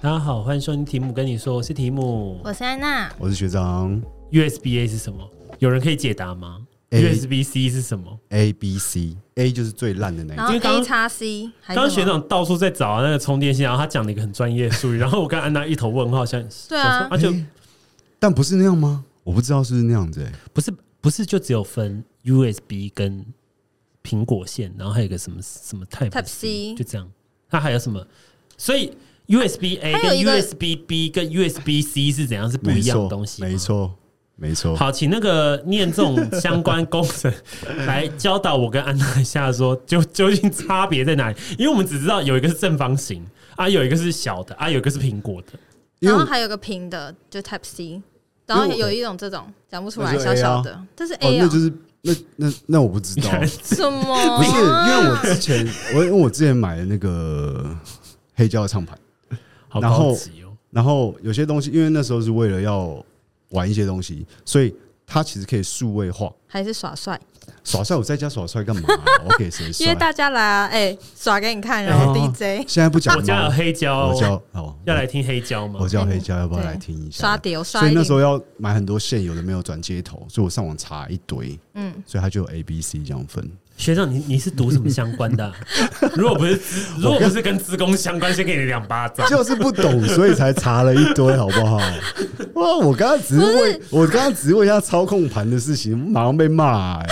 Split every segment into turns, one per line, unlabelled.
大家好，欢迎收听题目跟你说，我是题目。
我是安娜，
我是学长
USB A 是什么？有人可以解答吗
A
？USB C 是什么？
A B C A 就是最烂的那
然
一
因
后
为刚
A 叉 C 还
刚刚
是什
学
么
长到处在找啊那个充电线，然后他讲了一个很专业的术语，然后我跟安娜一头问号，想
对
想
啊
说就
欸但不是那样吗？我不知道是不是那样子、欸。
不是不是就只有分 USB 跟苹果线，然后还有一个什么什么 Type
Type C
就这样。它还有什么？所以 USB A
还有
跟
一个
USB B 跟 USB C 是怎样是不
没
一样的
错，
东西吗？
没错，没错。
好，请那个念这种相关工程来教导我跟安娜一下说 究究竟差别在哪里？因为我们只知道有一个是正方形啊，有一个是小的啊，有一个是苹果的。
因
然
为
后
我
还有个平的，就 Type C，然后
因为我
有一种这种讲不出来
那就
小
A
小
啊
的，这是
哦，
A
那
啊？
就是那那那我不知 道，
什么？
不是因为我之前我因为我之前买了那个黑胶的唱盘，
好
然
高
后
级哦！
然后有些东西因为那时候是为了要玩一些东西，所以它其实可以数位化。
还是耍帅，
耍帅，我在家耍帅干 嘛、我给谁
因为
帅？
大家来啊，哎，耍给你看，然后
哎
DJ
现在不讲
我家有
吗？
黑胶
我
哦，
叫哦，
要来听黑胶吗
我？叫黑胶，要不要来
对
听一下？
刷碟，我刷
所
一
以那时
点，
候要买很多线，有的没有转接头，所以我上网查一堆，
嗯，
所以它就有 A、B、C 这样分。
学长，你你是读什么相关 的啊、如果不是资如果不是跟资工相关，先给你两巴掌。
就是不懂，所以才查了一堆，好 不好？哇，我刚刚只是问，我刚刚只是问一下操控盘的事情，马上被骂、欸。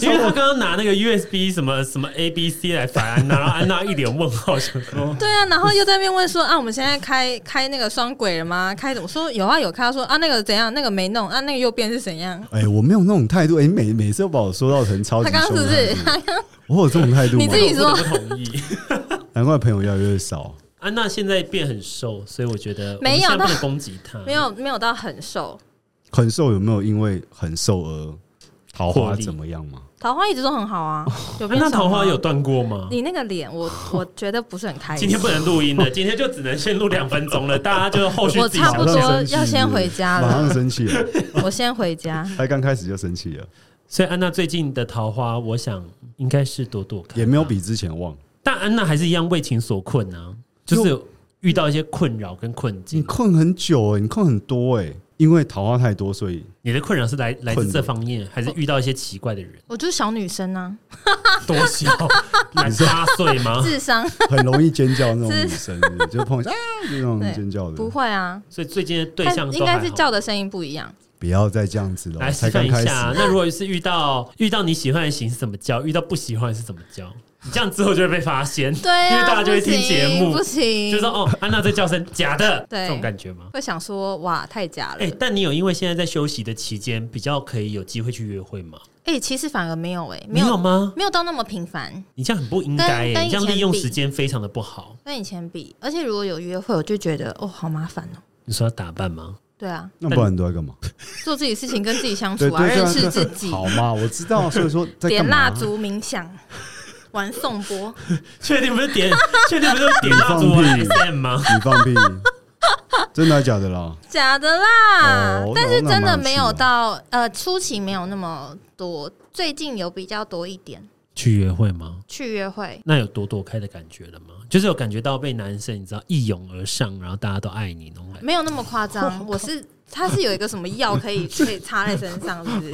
因为他刚刚拿那个 USB 什么什么 A B C 来反安娜，然后安娜一脸问号，想说
对啊，然后又在那边问说啊，我们现在开开那个双轨了吗？开的，我说有啊有开，他说啊那个怎样，那个没弄啊，那个右边是怎样？
哎、我没有那种态度，哎、你每每次都把我说到成超级
他
凶
刚刚是不
的
是
态度，？我有这种态度
你
吗
自？己说
我不得不同意。
难怪朋友越来越少。
安娜啊现在变很瘦，所以我觉得
没
我们现
有
在不
她
能攻击啊她，
没有没有到很瘦，
很瘦有没有因为很瘦而桃
获
花
利
怎么样吗？
桃花一直都很好啊，有
安
变
娜哎
少
桃花
吗
有断过吗？
你那个 脸，我我觉得不是很开
今
心。
天不能录 音了，今天就只能先录两分钟了，大家就后续
我
自己
差
想
不多要先回家了
马上生气了，
我先回家。
他刚开始就生气了，
所以安娜最近的桃花，我想应该是朵朵看，
也没有，比之前旺。
但安娜还是一样为情所困啊，就是有遇到一些困扰跟困
你
境。
困很久、欸，你困很多哎、因为桃花太多，所以
你的困扰是来来自
困
这方面，还是
哦
遇到一些奇怪的人？
我就是小女 生啊，
多小， 满八岁吗？
智商
很容易尖叫那种 女生，是不是就碰一下啊，就那种
对
尖叫的。
不会啊，
所以最近的对
但
象都
应该
还
是
好
叫的声音不一样。
不要再这样子了，
来示
才
范
刚
一
开始
下。。啊 那如果是遇到遇到你喜欢的型是怎么教，遇到不喜欢的是怎么教？你这样之后就会被发现，
对啊，
因为大家就会听节目
不，行，
就说哦，安娜在叫声假的，
对
这种感觉吗？
会想说哇，太假了。
哎、
哎、
但你有因为现在在休息的期间，比较可以有机会去约会吗？
其实反而没有哎、
你
没有
有吗？
没有到那么频繁，
你这样很不应该、
跟
欸，
跟
你这样
以前
利用
比
时间非常的不好。
跟以前比。而且如果有约会，我就觉得哦，好麻烦哦。
你说要打扮吗？
对啊，
那不然你都在 干嘛？
做自己事情，跟自己相
对
处啊，
对，
认
这
识
样
自己，
好嘛，我知道，所以说在干
点蜡
嘛？
烛、冥想、玩颂钵。
确定不是点？ 确定不是点蜡烛
你放
SM 吗？
你放屁！ 真的还假的啦？
假的啦，
哦
但是真的没有
那那蛮有趣的
到呃初期没有那么多，最近有比较多一点
去约会吗？
去约会。
那有朵朵开的感觉了吗？就是有感觉到被男生你知道一涌而上，然后大家都爱你那种感觉。
没有那么夸张，我是它是有一个什么药可以可以擦在身上，是不是？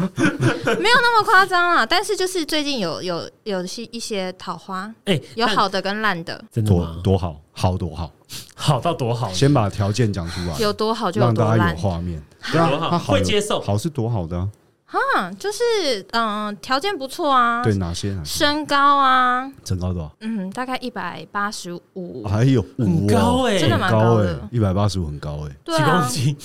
没有那么夸张啦，但是就是最近有有有些一些桃花，
哎、
有
但
好的跟烂的，
真的
多
吗？
多好，好多好，
好到多好，
先把条件讲出来，
有多好就有
让
多
大家
烂
有。画面。对啊
多，好
他好有
会接受
好是多好的啊？
嗯，就是嗯条、件不错啊，
对，哪些？哪些？
身高啊，
身高多少？
嗯，大概一百八十五，
哎呦，
很高哎、
真的
欸，
蛮
高
高
哎
的，
一百八十五很高哎，
对
几公
啊，
斤？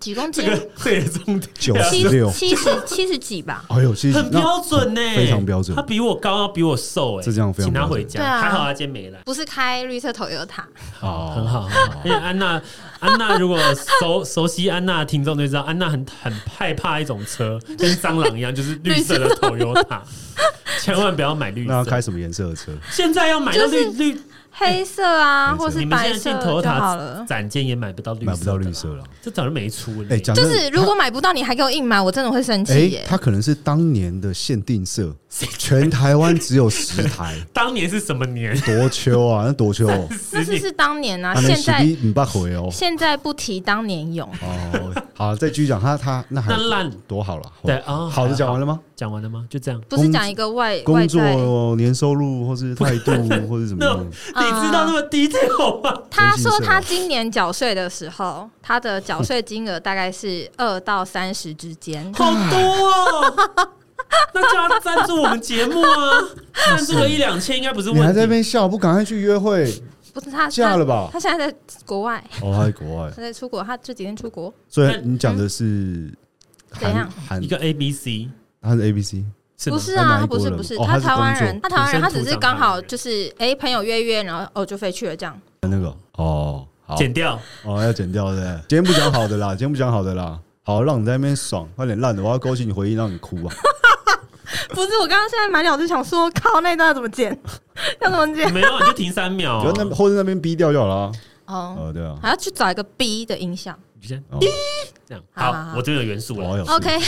几公
这
斤？
个这也重点，
九
七
十六，
七十七十几吧。
哎呦，其实
很标准呢、欸
非常标准
他比我高，比我瘦哎、
这这样非
请
常
他
标准
回家，
对啊
还好他今天没来。
不是开绿色头油塔，
好
很好，很好。
哦
而且安娜，安娜如果熟熟悉安娜的听 众就知道，安娜很很害怕一种车，跟蟑螂一样，就是绿色的 Toyota。千万不要买绿
那要
色。
开什么颜色的车？
现在要买到绿
就是
绿，
黑色啊，
黑色
或是
你们
白
现在进
色
t o
就好
y
了。
展件也买不到绿色，
买不到绿色了，
这早就没出了。欸
哎，讲
就
真的
是如果买不到，你还给我硬买，我真的会生气
哎
耶，！
它可能是当年的限定色，全台湾只有十台，
当年是什么年？
多秋啊，那多秋哦，
那是是当年啊，
啊那
现
是
在
你你爸回哦。
现在不提当年勇，
哦，好，再继续讲他他那还
那烂
多好了，
对啊
好的讲完了吗？
讲完了吗？就这样。
不是讲一个外外
工
在，
作、年收入或是态 度或是怎么样？
你知道那么 detail 啊吗？
他
真心
说
社
他今年缴税的时候，他的缴税金额大概是二到三十之间。
好多哦。 那叫他赞助我们节目啊， 赞助个一两千应该不是
你还
问
在那
题。
边笑，不赶快去约会？
不是他
嫁了吧
他？他现在在国外，
哦，他在国外，
他在出国，他这几天出国。
所以你讲的是
嗯怎
韩
样
韩
一，个 A B C
他是 A B C，
是吗
不？是
他哪
啊，
一
他
国
不是
人
不是，
哦他
他
是
台湾
工作
人，他台湾人，
土
他
生土
只是
长
刚
台湾
好
人
就是哎、朋友约约，然后哦就飞去了 这样。
那个哦，好，
剪掉，
哦要剪掉对不对？今天不讲好的啦，今天不讲好的啦。好，让你在那边爽，快点烂的，我要勾起你回忆，让你哭啊！
不是，我刚刚现在满脑子想说，靠，那一段要怎么剪？要怎么剪？
没有你就停三秒
不要
啊。
那或者那边逼掉就好了啊。
哦，
哦，对啊，
还要去找一个 B 的音效。
你先
哦
这样
好好
好，
好
我这边有元素
哦
了。
有事
OK，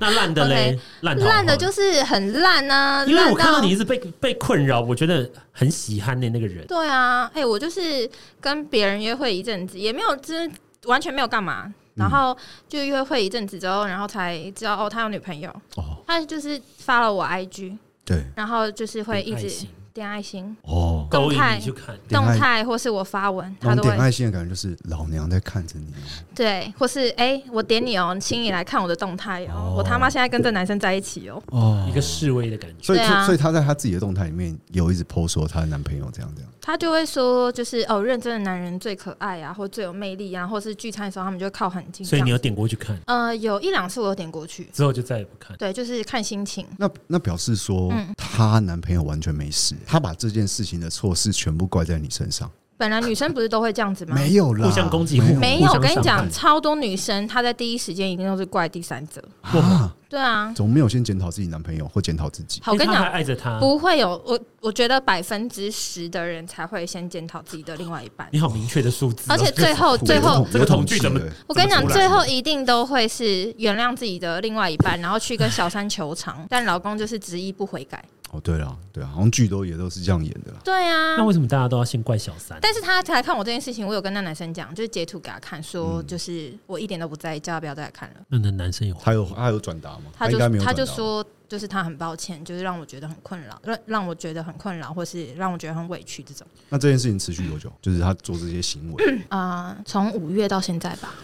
那烂的嘞，烂好
烂的
好
就是很烂啊，
因为我看到
烂
你一直被被困扰，我觉得很喜憨的那个人，
对啊，哎、我就是跟别人约会一阵子，也没有真的完全没有干
嗯
嘛，然后就约会一阵子之后，然后才知道哦，他有女朋友。
哦，
他就是发了我 IG，
对
然后就是会一
点爱
直
心
点爱心、
哦，
勾
动
引
态
你去看。
点
动
爱
态或是我发
哦
文，
那
他
种
都
点
会
爱心的感觉就是老娘在看着你哦。
对，或是哎、我点你哦，请你来看我的动态哦，我他妈现在跟这男生在一起哦，
哦
一个示威的感觉。
所以
对
她，
啊
所以她在她自己的动态里面有一直 po 说她的男朋友这样这样。
他就会说就是哦，认真的男人最可爱啊，或最有魅力啊，或是聚餐的时候他们就会靠很近，
所以你
这样
有点过去看，
呃有一两次我有点过去，
之后就再也不看。
对，就是看心情。
那那表示说，
嗯
她男朋友完全没事，她把这件事情的错事全部怪在你身上，
本来女生不是都会这样子吗？
没有啦，
互相攻击
没
没
互
有，我
相
跟你
伤害
讲，超多女生她在第一时间一定都是怪第三者。
有啊，
对啊，
怎么没有先检讨自己男朋友或检讨自己？
好，我跟
因
你
为他还
讲，
爱着他，
不会有我，我觉得百分之十的人才会先检讨自己的另外一半，
你好明确的数字哦，
而且最后最
有
后
统
这个
有
统
统
计
计
怎么
的
我跟你讲，
怎么出
最
来
后一定都会是原谅自己的另外一半，然后去跟小三求偿，但老公就是执意不悔改。
哦，对啦，对啊，好像剧都也都是这样演的啦。
对啊
那，为什么大家都要先怪小三？
但是他才看我这件事情，我有跟那男生讲，就是截图给他看，说就是我一点都不在意，叫他不要再来看了。
那那男生有
她有她有转达吗？
他
她应该没
就
有
他就
转达吧。
说，就是他很抱歉，就是让我觉得很困扰，让让我觉得很困扰，或是让我觉得很委屈这种。
那这件事情持续多久？就是她做这些行
嗯
为，
啊、从五月到现在吧，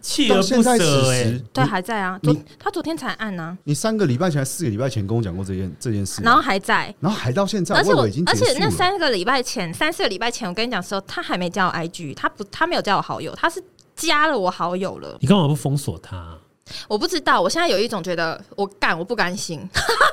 锲而
到现
不
在此
舍哎
时，，
对，
你
还在啊。
你
昨他昨天才按呢、
你三个礼拜前、还是四个礼拜前跟我讲过这件这件事，
然后还在。
然后还到现在，
而且
我以
我
为已经，结
而
束
且那
了
三个礼拜前，三四个礼拜前，我跟你讲说，他还没加我 IG，他不，他没有加我好友，他是加了我好友了。
你干嘛不封锁他？
我不知道，我现在有一种觉得，我干，我不甘心，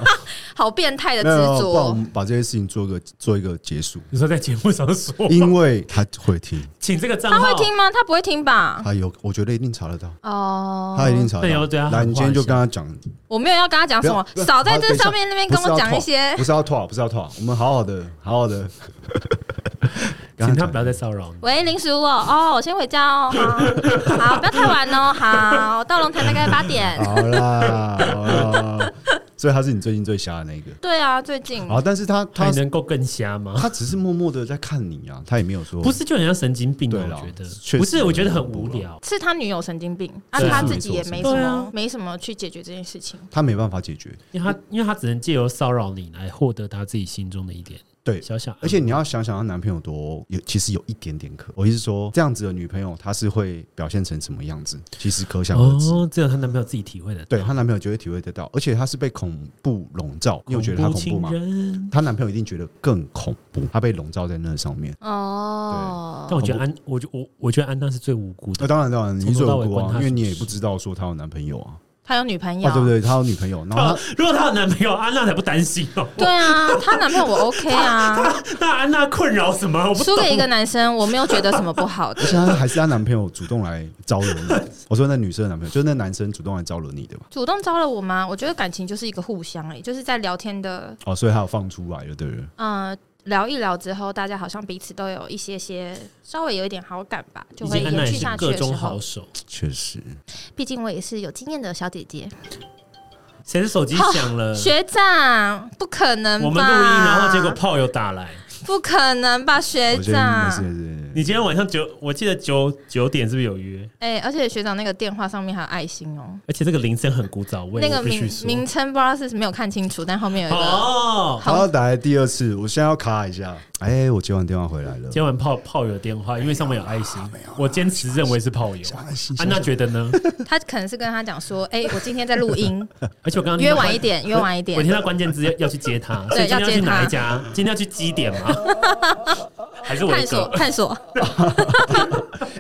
好变态的
没有没有
执
不然我
着。
们把这些事情做一个做一个结束，
你说在节目上说，
因为他会听，
请这个账
他
号
会听吗？他不会听吧？
他有，我觉得一定查得到，
哦，
他一定查
那你要
得
对他
到。
喊话
来，
一下
你今天就跟他讲，
我没有要跟他讲什么
不要，
少在这上面那边
不
跟
是
我
要
讲
拓
一些
不。是要啊拓，不是要拓，我们好好的，好好的，
请
跟
他
讲
不要再骚扰你。
喂，零食我哦，我先回家哦，好，好，不要太晚哦，好，到龙潭大概八点。
好啦，好啦，所以他是你最近最瞎的那个，
对啊，最近
然后但是他
他
他
能够更瞎吗？
他只是默默的在看你啊，他也没有说
不是，就很像神经病啊。
对啦
我觉
确实
得不是，我觉得很
有点
无
恐怖
聊。
是他女友神经病，啊，
对啊
他
是
自
没
己
错
也
是
没
没
什
错
么，没什么去解决这件事情。
他没办法解决，
因为他，因为他只能借由骚扰你来获得他自己心中的一点
对，
小小安慰，
而且你要想想，她男朋友多有，其实有一点点可。我意思说，这样子的女朋友，她是会表现成什么样子？其实可想而知。
哦，只有她男朋友自己体会的。
对她男朋友就会体会得到，而且她是被恐怖笼罩。你有觉得她恐怖
情
吗？
人，
她男朋友一定觉得更恐怖，她被笼罩在那上面。
哦
但我觉得安，我觉我我觉得安娜是最无辜
那、
的。
当然，当然，你
从头
是
到
无
尾
辜
关她
啊，
什
因
么
为你
事
也不知道说她有男朋友啊。
他有女朋友，
啊，对不对？他有女朋友，然后
哦， 如果她有男朋友，安娜才不担心哦。
对 啊，她男朋友我 OK 啊，
那安娜困扰什么？我不
输
懂。
给一个男生，我没有觉得什么不好
他
的
而。且他还是她男朋友主动来招惹你。我说那女生的男朋友，就是那男生主动来招惹你的嘛。
主动招了我吗？我觉得感情就是一个互相、欸，就是在聊天的，
哦，所以他有放出来了，对 不对？
嗯，聊一聊之后，大家好像彼此都有一些些稍微有一点好感吧，就
已
会
经安娜
延
也
续
是
下去
各
的时
中好
候。
手，
确实，
毕竟我也是有经验的小姐姐，
谁的手机响了？
学长，不可能
嗯
吧？
我们录音，然后结果炮友打来。
不可能吧，学
我觉得没事
长？
没事没事。
你今天晚上九，我记得九九点是不是有约？
哎、而且学长那个电话上面还有爱心哦、
而且这个铃声很古早味，
那个
我必
名
须说。
名称不知道是没有看清楚，但后面有一个。
哦，
他要打来第二次，我现在要卡一下。哎，我接完电话回来了。
今晚炮炮友电话，因为上面有爱心，我坚持认为是炮友。安娜觉得呢？
他可能是跟他讲说：“哎、我今天在 录音，
而且我刚刚
约晚一点，约晚一
我
点。
听到关键字要要去接 他，所以
对
今天
要
去
接他
哪一家？今天要去基点 吗？还是”我
探
一
索
个？
探索，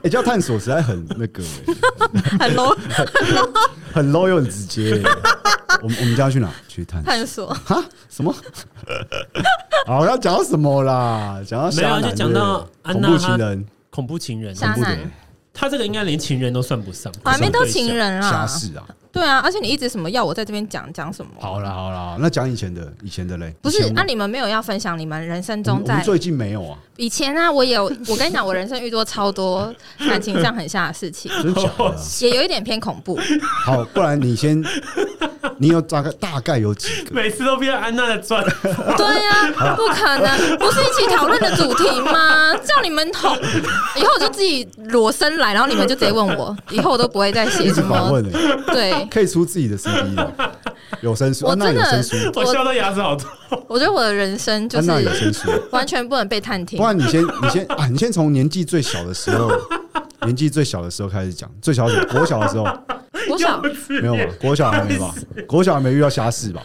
哎，叫探索实在很那个，哎
很 low
很 low 又很直 接。哎我们我们家去哪？去探索
探索。
哈？什么？ 好，要讲到什么啦？讲到
没有啊
渣男
就讲到
对不
安
对
娜
恐怖
她
情人、
恐怖情人，
渣
恐怖
男
的
他这个应该连情人都算不上，
还没到
算对象
情。人
瞎
啦，
事啊！
对啊，而且你一直什么要我在这边讲讲什么？
好啦好啦，那讲以前的，以前的嘞，
不
以
是啊
前，
那、你们没有要分享你们人生
我
中
们我们
在
最近没有啊，
以前啊，我有，我跟你讲，我人生遇多超多 感情上很下的事情，
真假 的啊？
也有一点偏恐怖。
好，不然你先，你有大概大概有 几个？
每次都变安娜的专，
对呀、不可能，不是一起讨论的主题吗？叫你们讨，以后我就自己裸身来，然后你们就直接问我，以后我都不会再写
一直
什
访
么
问、欸，
对。
可以出自己的 CD 的，有声书，
我
安娜
真
有
的
声书，
我笑到牙齿好痛。
我觉得我的人生就
安
是
娜啊有声书，
完全不能被探听
不。然你先你先啊，你先从年纪最小的时候，年纪最小的时候开始讲，最小的国小的时候
国小
幼稚
没有啊吧？国小还没吧？国小还没遇到瑕疵吧？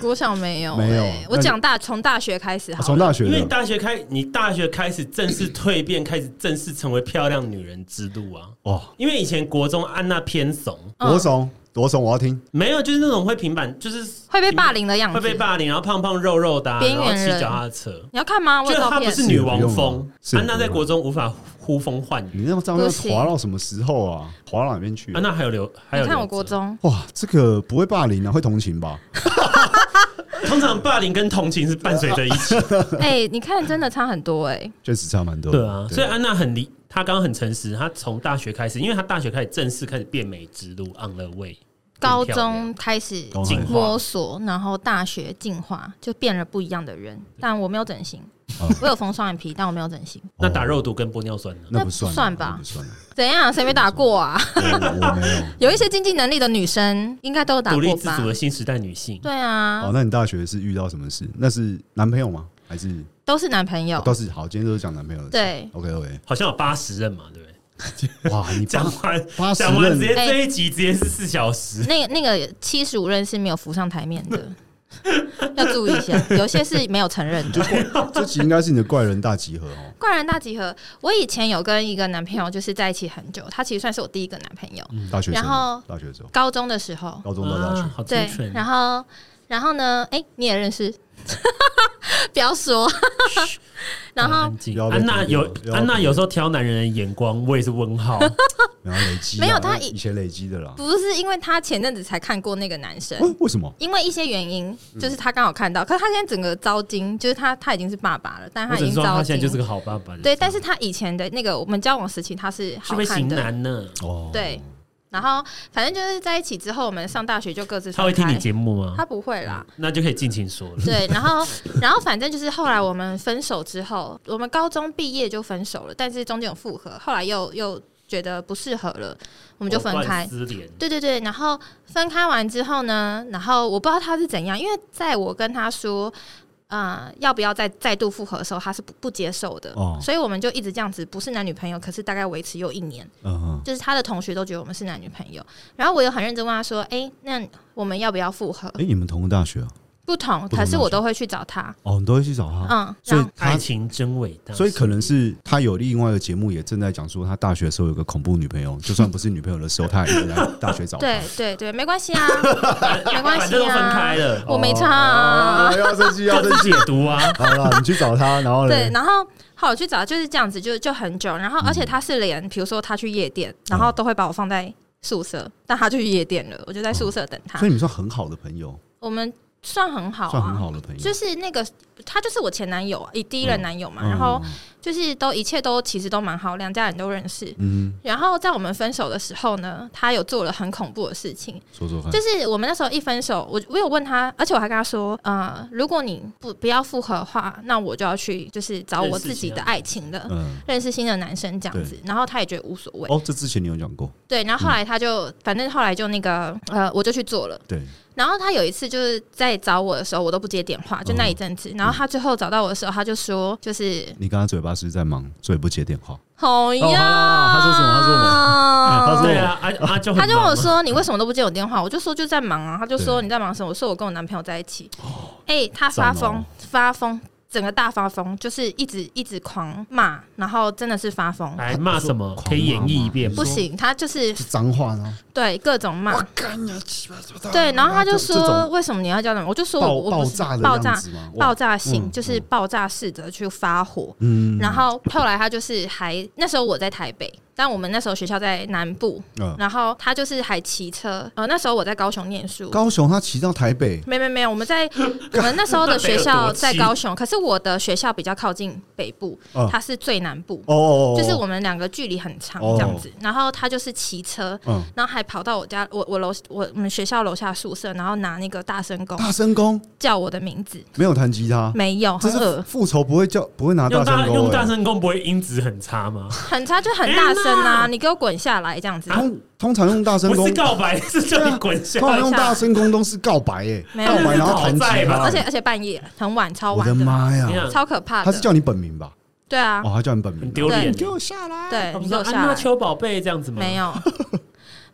国小没有、
没有
欸
那
我
你
讲大从大学开始好
啊
了，
从大学
因为你
的
大学开，你大学开始正式蜕变，开始正式成为漂亮女人之路啊！
哇，
因为以前国中安娜偏怂，
嗯
多怂多怂，我要听。
没有就是那种会平板，就是
会被霸凌的样
会
子。
被霸凌，然后胖胖肉肉的啊、
边
然后
缘
骑
人
脚踏车，
你要看吗？我
就
有照
她不
片。
是女王
是不用
风
啊是，
安娜
不
在
用啊
国中无法呼风唤雨。
你那么照
不
片
行
滑到什么时候啊？滑到哪边去
安？娜还有留，还有
你看我
留着
国中，
哇，这个不会霸凌啊，会同情吧？
通常霸凌跟同情是伴随着一 起，
哎、你看真的差很多哎、
确实差蛮多的。
对啊，所以安娜很离，她刚刚很诚实，她从大学开始，因为她大学开始正式开始变美之路，on the way，
高
变漂亮
中开始
高
进化
摸，索，然后大学进化，就变了不一样的人。
嗯
但我没有整形
哦，
我有缝双眼皮，但我没有整形。
那打肉毒跟玻尿酸呢？
那不算啊
那不算吧
那不算啊。啊
怎样？谁没打过啊？
我我没 有。
有一些经济能力的女生应该都有打
独立
过
自
吧
主？的新时代女性，
对
哦
啊，，
那你大学是遇到什么事？那是男朋友吗？还是
都是男朋友
倒。是好？今天都是讲男朋友的事。
对，
，OK OK。
好像有八十任嘛，对不对？
哇，你
讲
八
完
八十
讲完，直接
任，
哎
这一集直接是四小时，
那那个七十五任是没有浮上台面的， 要注意一下。有些是没有承认的。
这集应该是你的怪人大集合哦。
怪人大集合，我以前有跟一个男朋友就是在一起很久，他其实算是我第一个男朋友。
大学生，
然后
大学之后，
高中的时候，
高中到大
啊
学，
好
对
清纯，。
然后然后呢？哎、你也认识， 不要说。然后
安静
不要被
安娜
听
有
不要
安娜
被
有时候挑男人的眼光，我也是问号。
然后累积啊，
没有他
以
以
前累积的啦。哦
不是因为他前阵子才看过那个男生，
为为什么？
因为一些原因，就是他刚好看到，可是他现在整个糟精，就是他他已经是爸爸了，但
我
他
只
啊已
能
经
说
糟
他现在。
精
就是个好爸爸。
对，但是他以前的那个我们交往时期，他是
是
好
不是
看
型
的。
男呢？
哦，
对，然后反正就是在一起之后，我们上大学就各自
他
分
会听
开
你。节目吗？
他不会啦，
那就可以尽情说 了。
对，然后，然后反正就是后来我们分手之后，我们高中毕业就分手了，但是中间有复合，后来又又觉得不适合了，我
我
们就分开。
撕联。
对对对，然后分开完之后呢，然后我不知道他是怎样，因为在我跟他说，呃，要不要再再度复合的时候，他是不不接受的，
哦
所以我们就一直这样子，不是男女朋友，可是大概维持有一年，
嗯哼，
就是他的同学都觉得我们是男女朋友，然后我有很认真问他说，哎，那我们要不要复合？
哎，你们同个大学啊？
不同，
同
可是
大
我
学
都会去找他。
哦，你都会去找他，
嗯，
所以
让
爱
他，
情真伟大，
所以可能是他有另外一个节目也正在讲说，他大学的时候有个恐怖女朋 友，就算不是女朋友的时候，他也一直来大学找 他。
对对对，没关系啊，没关
反
系
正都分
啊
开，了，
我没差啊
哦，要生气，要哦
各
生
自
气。
解读 啊。
好了，你去找他，然后
对
嘞，，
然后后来我去找就是这样子，就就很久。然后而且他是连，比如说他去夜店，然后都会把我放在宿舍，但他就去夜店了，我就在宿舍等他
所。以你们算很好的朋友，
我们算很好
算很
啊，
好的朋友。
就是那个他就是我前男友啊，以第一任男友嘛，
哦
然后就是都一切都其实都蛮好，两家人都认识。
嗯，嗯，
然后在我们分手的时候呢，他有做了很恐怖的事情，
说说看
就，是我们那时候一分手，我我有问他，而且我还跟他说，呃，如果你不不要复合的话，那我就要去就是找我自己的爱情了。
嗯，
认识新的男生这样子，然后他也觉得无所谓，
哦，嗯这之前你有讲过，
对。然后后来他就，反正后来就那个，呃，我就去做了。
对，
然后他有一次就是在找我的时候，我都不接电话，就
嗯
那一阵子。然后他最后找到我的时候，他就说，就是
你刚刚嘴巴是在忙，所以不接电话。
好呀、
哦好啦他说什么他说什他说
对啊，阿阿就很
他就问
忙
我
啊
说：“你为什么都不接我电话？”我就说：“就在忙啊。”他就说：“
对
你在忙什么？”我说：“我跟我男朋友在一起。哎、他发
赞哦
疯，发疯，整个大发疯，就是一直一直狂骂，然后真的是发疯，
哎
来哎骂什么
狂？骂
可以演绎一
吗
遍吗
不？行，他就是
是脏话呢？
对各种骂。
干啊你鸡巴这
对，然后他就
这
说：“
种
为什么你要叫男？”我就说我：“
爆
我
爆
不是
炸的
爆炸
样子吗？哇
爆炸性，
嗯
就是爆炸式的去发火。
嗯
然后后来他就是还那时候我在台北，但我们那时候学校在南部，
嗯
然后他就是还骑车。呃，那时候我在高雄念书，
高雄他骑到台北，
没没没有，我们在 我们那时候的学校在高雄， 可是我的学校比较靠近北部，
嗯
它是最南部，
哦哦，哦
就是我，们两个距离很长这样子。然后他就是骑车，
嗯，
然后还跑到我家，我我楼我我们学校楼下宿舍，然后拿那个大声公
大声公
叫我的名字，
没有弹吉他，
没有，
这
很
是
恶，
复仇不会叫不会拿
用
大
大
声
用
公
大
欸。
声公不会音质很差吗？
很差，就
哎
很大声
天哪
啊！你给我滚下来这样子。
通通常用大声
啊不
公
是，告白，是叫你滚下
通常
来。
用大声公都是告白哎，
没有
告白然后弹
那是讨债
吉
吧
他，
而且而且半夜很晚，超
啊我
晚
的妈
怎样
呀，
超可怕
他是
的。
叫你本名吧？
对啊，
哦，他叫你本名
很
啊，
丢脸
对
你。给我下来。
对，
他不是
你给
哦说啊
我
安
下
娜
来。
秋宝贝这样子吗？
没 有，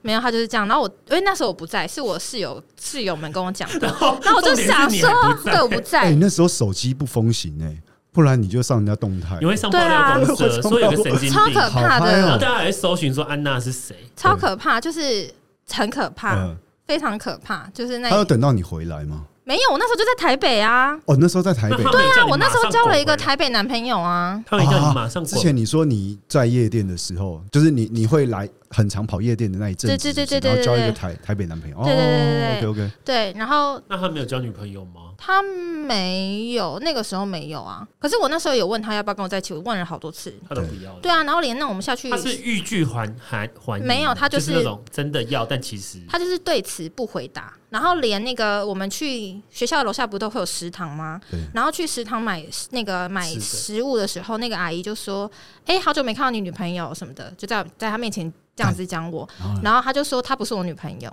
没有，他就是这样。然后我因为那时候我不在，是我室友室友们跟我讲的。
然后，
然后我就想说，对，我
对，
不
哎，
在
你，那时候手机不风行哎，不然你就上人家动态
你。会上爆料公
对
社，
啊
说有个神经
超
病，
可怕
好嗨
然后
的
哦，
大家还搜寻说安娜是谁，
超可怕，就是很可怕
嗯，，
非常可怕，就是那
他要等到你回来吗？
没有，我那时候就在台北啊。
哦，那时候在台 北
那。他们也叫
但
你
啊我那时候
马上
交了一个
滚回来，
台北男朋友啊，
他们也叫你马上
之
滚。
前你说你在夜店的时候，就是你你会来很常跑夜店的那一阵
对
子，
对
是不是
对对
然后交一
对
个
对
台台北男朋友。哦
对对对对对
o k OK，
对，然后
那他没有交女朋友吗？
他没有，那个时候没有啊。可是我那时候有问他要不要跟我在一起，我问了好多次。
他都不要了。
对啊，然后连那我们下去
他是欲拒还还还迎
没有他
就
就是
那种真的要，但其实
他就是对此不回答，然后连那个我们去学校楼下不都会有食堂吗
对？
然后去食堂买那个买
是的
食物的时候，那个阿姨就说：“哎、好久没看到你女朋友什么的。”就在在他面前这样子讲我，然后他就说她不是我女朋友。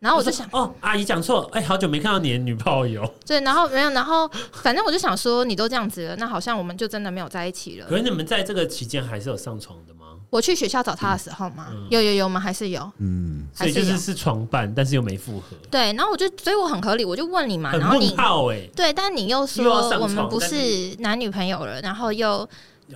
然后我就想，
哦，阿姨讲错，哎，好久没看到你的女炮友，
对，然后没有，然后反正我就想说，你都这样子了，那好像我们就真的没有在一起了。
可是你们在这个期间还是有上床的吗？
我去学校找他的时候嘛，
嗯
有有有，我们还是有，
嗯，
所
还
以就是
有
是。是床伴，但是又没复合，
对，然后我就，所以我很合理，我就问你嘛，
很
啊然后
问
你
号哎，
对，但你又
又要上
说
床
我们不
但
是男女朋友了，然后又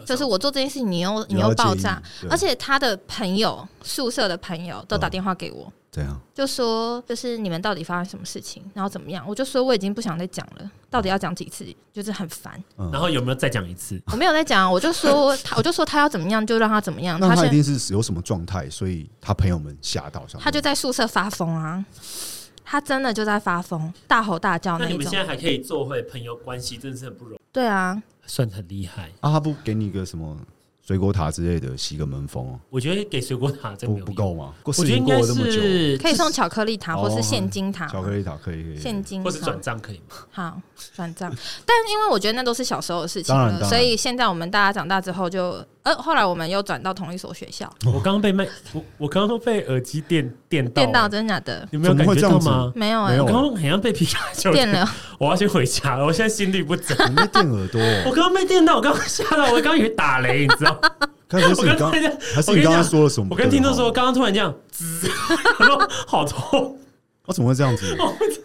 就是我做这件事情，你又你
有
又
要
爆
介意
炸，，
对
而且他的朋友宿舍的朋友都打
哦
电话给我，
嗯
这样
就说就是你们到底发生什么事情，然后怎么样？我就说我已经不想再讲了，到底要讲几次，就是很烦。
嗯
然后有没有再讲一次？
我没有在讲，我 就说他，我就说他要怎么样就让他怎么样，
那
他
他一
现
定是有什么状态，所以他朋友们吓到，想说
他就在宿舍发疯啊。他真的就在发疯，大吼大叫
那
哦那
你
一
们现
种。
在还可以做回朋友关系，真的是很不容易，
对啊，
算很厉害。
啊，他不给你一个什么水果塔之类的，吸个门风哦，
我觉得给水果塔真
不
没有
不
用，
够吗？
我
过事
觉得
情
应
过
该
了这么久，
是
可以送巧克力塔或
哦
是现金塔，
巧克力塔可以可以，可以
现金
或是
卡
转账可以吗？
好转账， 但因为我觉得那都是小时候的事情
当然当
了，
然
所以现在我们大家长大之后就，呃，后来我们又转到同一所学校，
我刚刚被麦，我我刚刚被耳机电电到，
电到真的假的？
你没有
怎
感
么会
觉
这
到
样子
吗？嗯
没有
没
哎、
我
有
刚刚好像被皮卡丘
电了，
我要先回家了，我现在心率不整。
你被电耳朵哦，
我 刚刚被电到，我刚刚吓到，我刚刚以为打雷，你知道？
该不会是你刚
我跟
还是你刚刚说了什么？
我跟听众说，，刚刚突然这样，滋，我说好痛，
我哦怎么会这样子？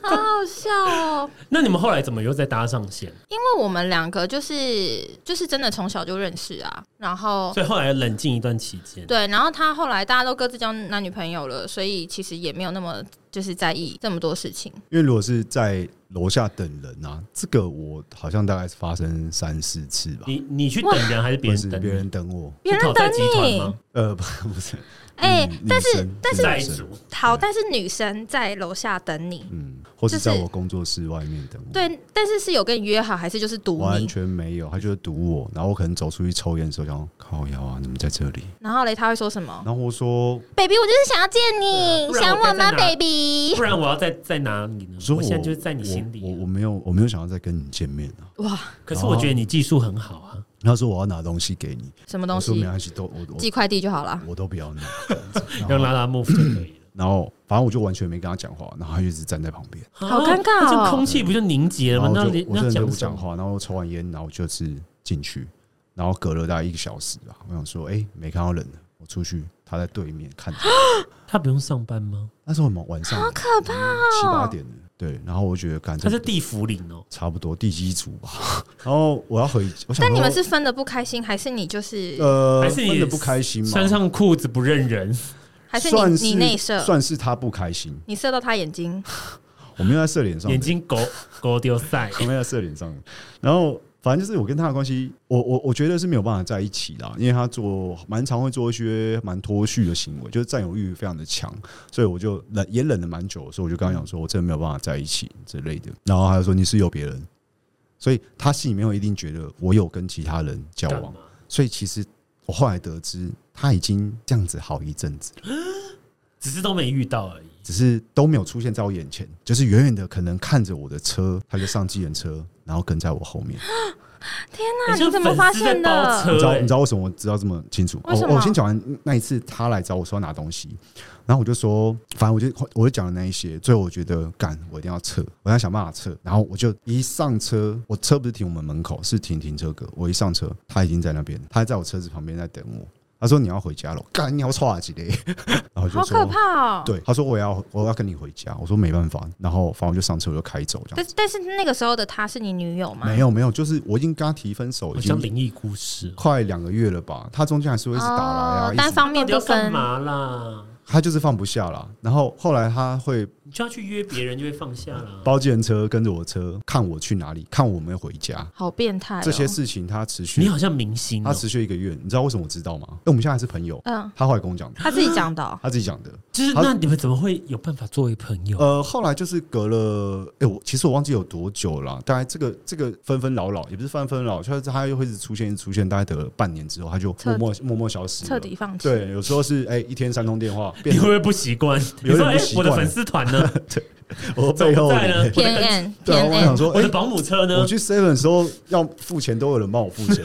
好好笑哦！
那你们后来怎么又再搭上线？
因为我们两个就是就是真的从小就认识啊，然后
所以后来冷静一段期间，
对，然后他后来大家都各自交男女朋友了，所以其实也没有那么就是在意这么多事情。
因为如果是在楼下等人啊，这个我好像大概是发生三四次吧，
你你去等人还是别
或
人
是
等
别人
你？
等我，
别
是讨
人
债
等
集团
你，
吗？
呃， 不不是，
哎、
嗯女
但是
女
但
生
是
债主
好，但是女生在楼下等你，
嗯，或是
就是
在我工作室外面等我，，
对，但是是有跟你约好，还是就是堵
完
你？
全没有，他就是堵我，然后我可能走出去抽烟的时候，想说靠腰啊，你们在这里，
然后嘞，他会说什么
然后我说
？baby，我就是想要见你，
对啊
想
不然我
我
该在
吗
哪
，baby？
不然我要再再拿你呢
我？说
我
我
现在就是在你心里
我我我
啊。
没有我没有想要再跟你见面啊，
哇，
可是我觉得你技术很好啊，
他说我要拿东西给你，
什么
我
东
说没
西？
关系，都我我
寄快递就好了。
我都 不要拿，哦
用拉拉 move 就可以 了。
然后反正我就完全没跟他讲话，然后他就一直站在旁边，
好尴尬哦
啊那这样空气不就凝结
然
了
后
吗？
我
那
就我
那
真的就
讲
不
什
讲
么？
话，然后我抽完烟，然后就是进去，然后隔了大概一个小时吧，我想说，哎、没看到人了，我出去，他在对面看着我，
他不用上班吗？
那时候很忙，晚上好可怕、
哦
七八点了，对，然后我觉得感
他
觉
是地府领哦。
差不多第几组吧，然后我要回，我想说，
但你们是分的不开心，还是你就是，
呃，
还是你
分的不开心嘛？
穿上裤子不认人，
还是
算
你你内射，
算是他不开心，
你射到他眼睛？
我没有在射脸上的，
眼睛狗狗丢塞。
我没有在射脸上的，然后。反正就是我跟他的关系，我我我觉得是没有办法在一起啦，因为他做蛮常会做一些蛮脱序的行为，就是占有欲非常的强，所以我就忍也忍了蛮久，所以我就跟他讲说，我真的没有办法在一起之类的。然后他就说你是有别人，所以他心里面有一定觉得我有跟其他人交
干
往
嘛，？
所以其实我后来得知他已经这样子好一阵子了，
只是都没遇到而已。
只是都没有出现在我眼前，就是远远的可能看着我的车，他就上计程车，然后跟在我后面。
哎
那
很像
你怎么
粉丝在
发现的
包车
你知道
欸
你知道为什么我知道这么清楚吗？
为什
哦，我
么
先讲完那一次，他来找我说要拿东西，然后我就说，反正我就我就讲了那一些，最后我觉得干，我一定要撤，我要想办法撤。然后我就一上车，我车不是停我们门口，是停停车格。我一上车，他已经在那边，他还在我车子旁边在等我。他说你要回家了，干你要差几嘞？ 然后我就
好可
说。
怕哦！
对，啊他说我要我要跟你回家，我说没办法，然后反正我就上车我就开走这样
但
子。
但是那个时候的她是你女友吗？
没有没有，就是我已经跟他提分手，
好
已经
像灵异故事。
快两个月了吧，他中间还是会一直打来啊，
哦
一
单
直
方面
到
不
底要干
分，
嘛啦？
他就是放不下啦。然后后来他会
你就要去约别人，就会放下啦。
包计程车跟着我车，看我去哪里，看我有没有回家，
好变态哦！
这些事情他持续
你，好像明星哦、
他持续一个月，你知道为什么我知道吗？因为哎我们现在还是朋友，
嗯，
他后来跟我讲的，
他自己讲的哦。
他自己讲的。
就是那你们怎么会有办法作为朋友？
呃，后来就是隔了，哎、我其实我忘记有多久了啦，大概这个这个纷纷扰扰，也不是纷纷扰，就是他又会一直出现，一直出现，大概得了半年之后，他就默默默默消失了，
彻底放弃，
对，有时候是哎、一天三通电话，变
你会
成
不会不习惯？你
有点
说：“哎、
不习
我
惯
的粉丝团呢？
我
怎
哦背
么
后
不在呢
的？
我
偏
的
暗
对啊，
偏
我想
暗，
说，
我
哎、
的保姆车呢
我？”去 seven 的时候要付钱，都有人帮我付 钱，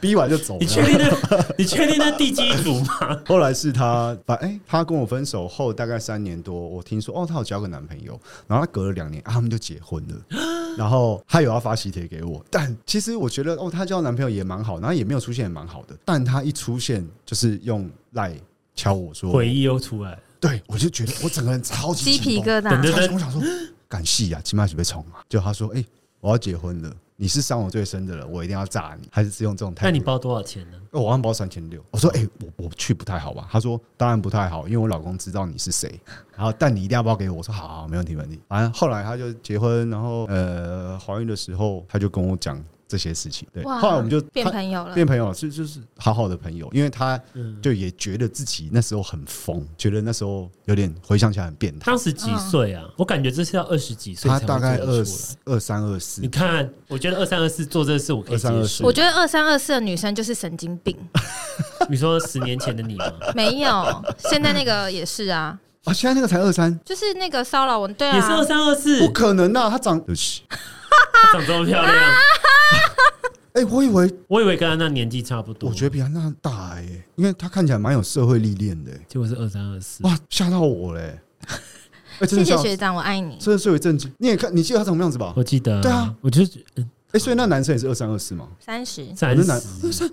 逼完就走
你确
了。
定那？ 你确定那第几组吗？
后来是他把哎、他跟我分手后大概三年多，我听说哦，他有交个男朋友，然后他隔了两年、啊，他们就结婚了。 然后他有要发喜帖给我，但其实我觉得哦，他交男朋友也蛮好，然后也没有出现也蛮好的，但他一出现就是用赖敲我 说，
回忆又出来，
对我就觉得我整个人超级
鸡皮
紧绷
疙
等
瘩
着。
超级我想说，敢戏啊，起码是被冲啊。就他说，哎、我要结婚了，你是伤我最深的人，我一定要炸你，还是是用这种态
那
度？
你包多少钱呢？
哦我好像包三千六。我说，哎、我我去不太好吧？他说，当然不太好，因为我老公知道你是谁。然后，但你一定要包给我。我说，好好，好没问题，没问题。反正后来他就结婚，然后呃，怀孕的时候，他就跟我讲这些事情。对，
哇
后来我们就
变
他
朋友了，
变朋友，是就是好好的朋友，因为他
嗯，
就也觉得自己那时候很疯，觉得那时候有点回想起来很变态。
当时几岁
嗯
啊？我感觉这是要二十几岁
他
才
大
会
概
做得
二
出来。
二三二四
你，看，我觉得二三二四做这事我可以接
2324
受。
我觉得二三二四的女生就是神经病，
你说十年前的你吗？
没有，现在那个也是啊，
啊，现在那个才二三，
就是那个骚扰我，对
也是二
啊，
三二四
不，可能啊！他长，对不起，
长这么漂
啊
亮。
哎、我以为
我以为跟安娜年纪差不多，
我觉得比安娜大哎、因为他看起来蛮有社会历练的、欸，
结果是二三二四。
哇，吓到我嘞、 哎、真
谢
的吓
谢，学长，我爱你。
真的是有一阵子，你也看，你记得他什么样子吧？
我记得，
对啊，
我就嗯
哎、所以那男生也是二三二四嘛，
三十，
三
那
十
男那是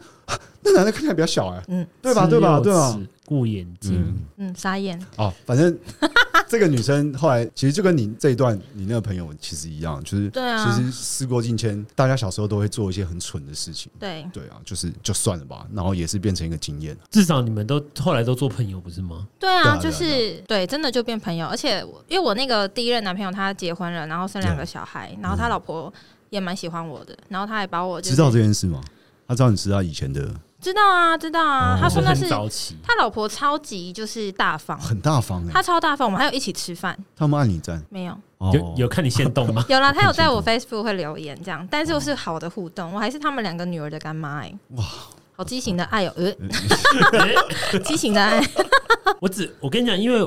那男的看起来比较小哎、
嗯
对吧？对吧？对吧？？
顾眼睛
嗯，
嗯，傻眼，
哦，反正 这个女生后来其实就跟你这一段你那个朋友其实一样，就是
对啊
其实事过境迁，大家小时候都会做一些很蠢的事情。
对，
对啊，就是就算了吧，然后也是变成一个经验。
至少你们都后来都做朋友不是吗？
对
对
啊，
啊
就是对，真的就变朋友。而且我因为我那个第一任男朋友他结婚了，然后生两个小孩，然后他老婆也蛮喜欢我的，然后他还把我就是
知道这件事吗？他知道你知道以前的
知道啊知道啊，
哦
他说那
很
是
早起，
他老婆超级就是大方，
很大方哎、
他超大方，我们还有一起吃饭，
他们按你赞
没有
哦
有有看你先动 吗？
有啦，他有在我 Facebook 会留言这样，但是是好的互动，我还是他们两个女儿的干妈哎、哇，好畸形的爱哦、呃， 畸形的爱，
我只我跟你讲，因为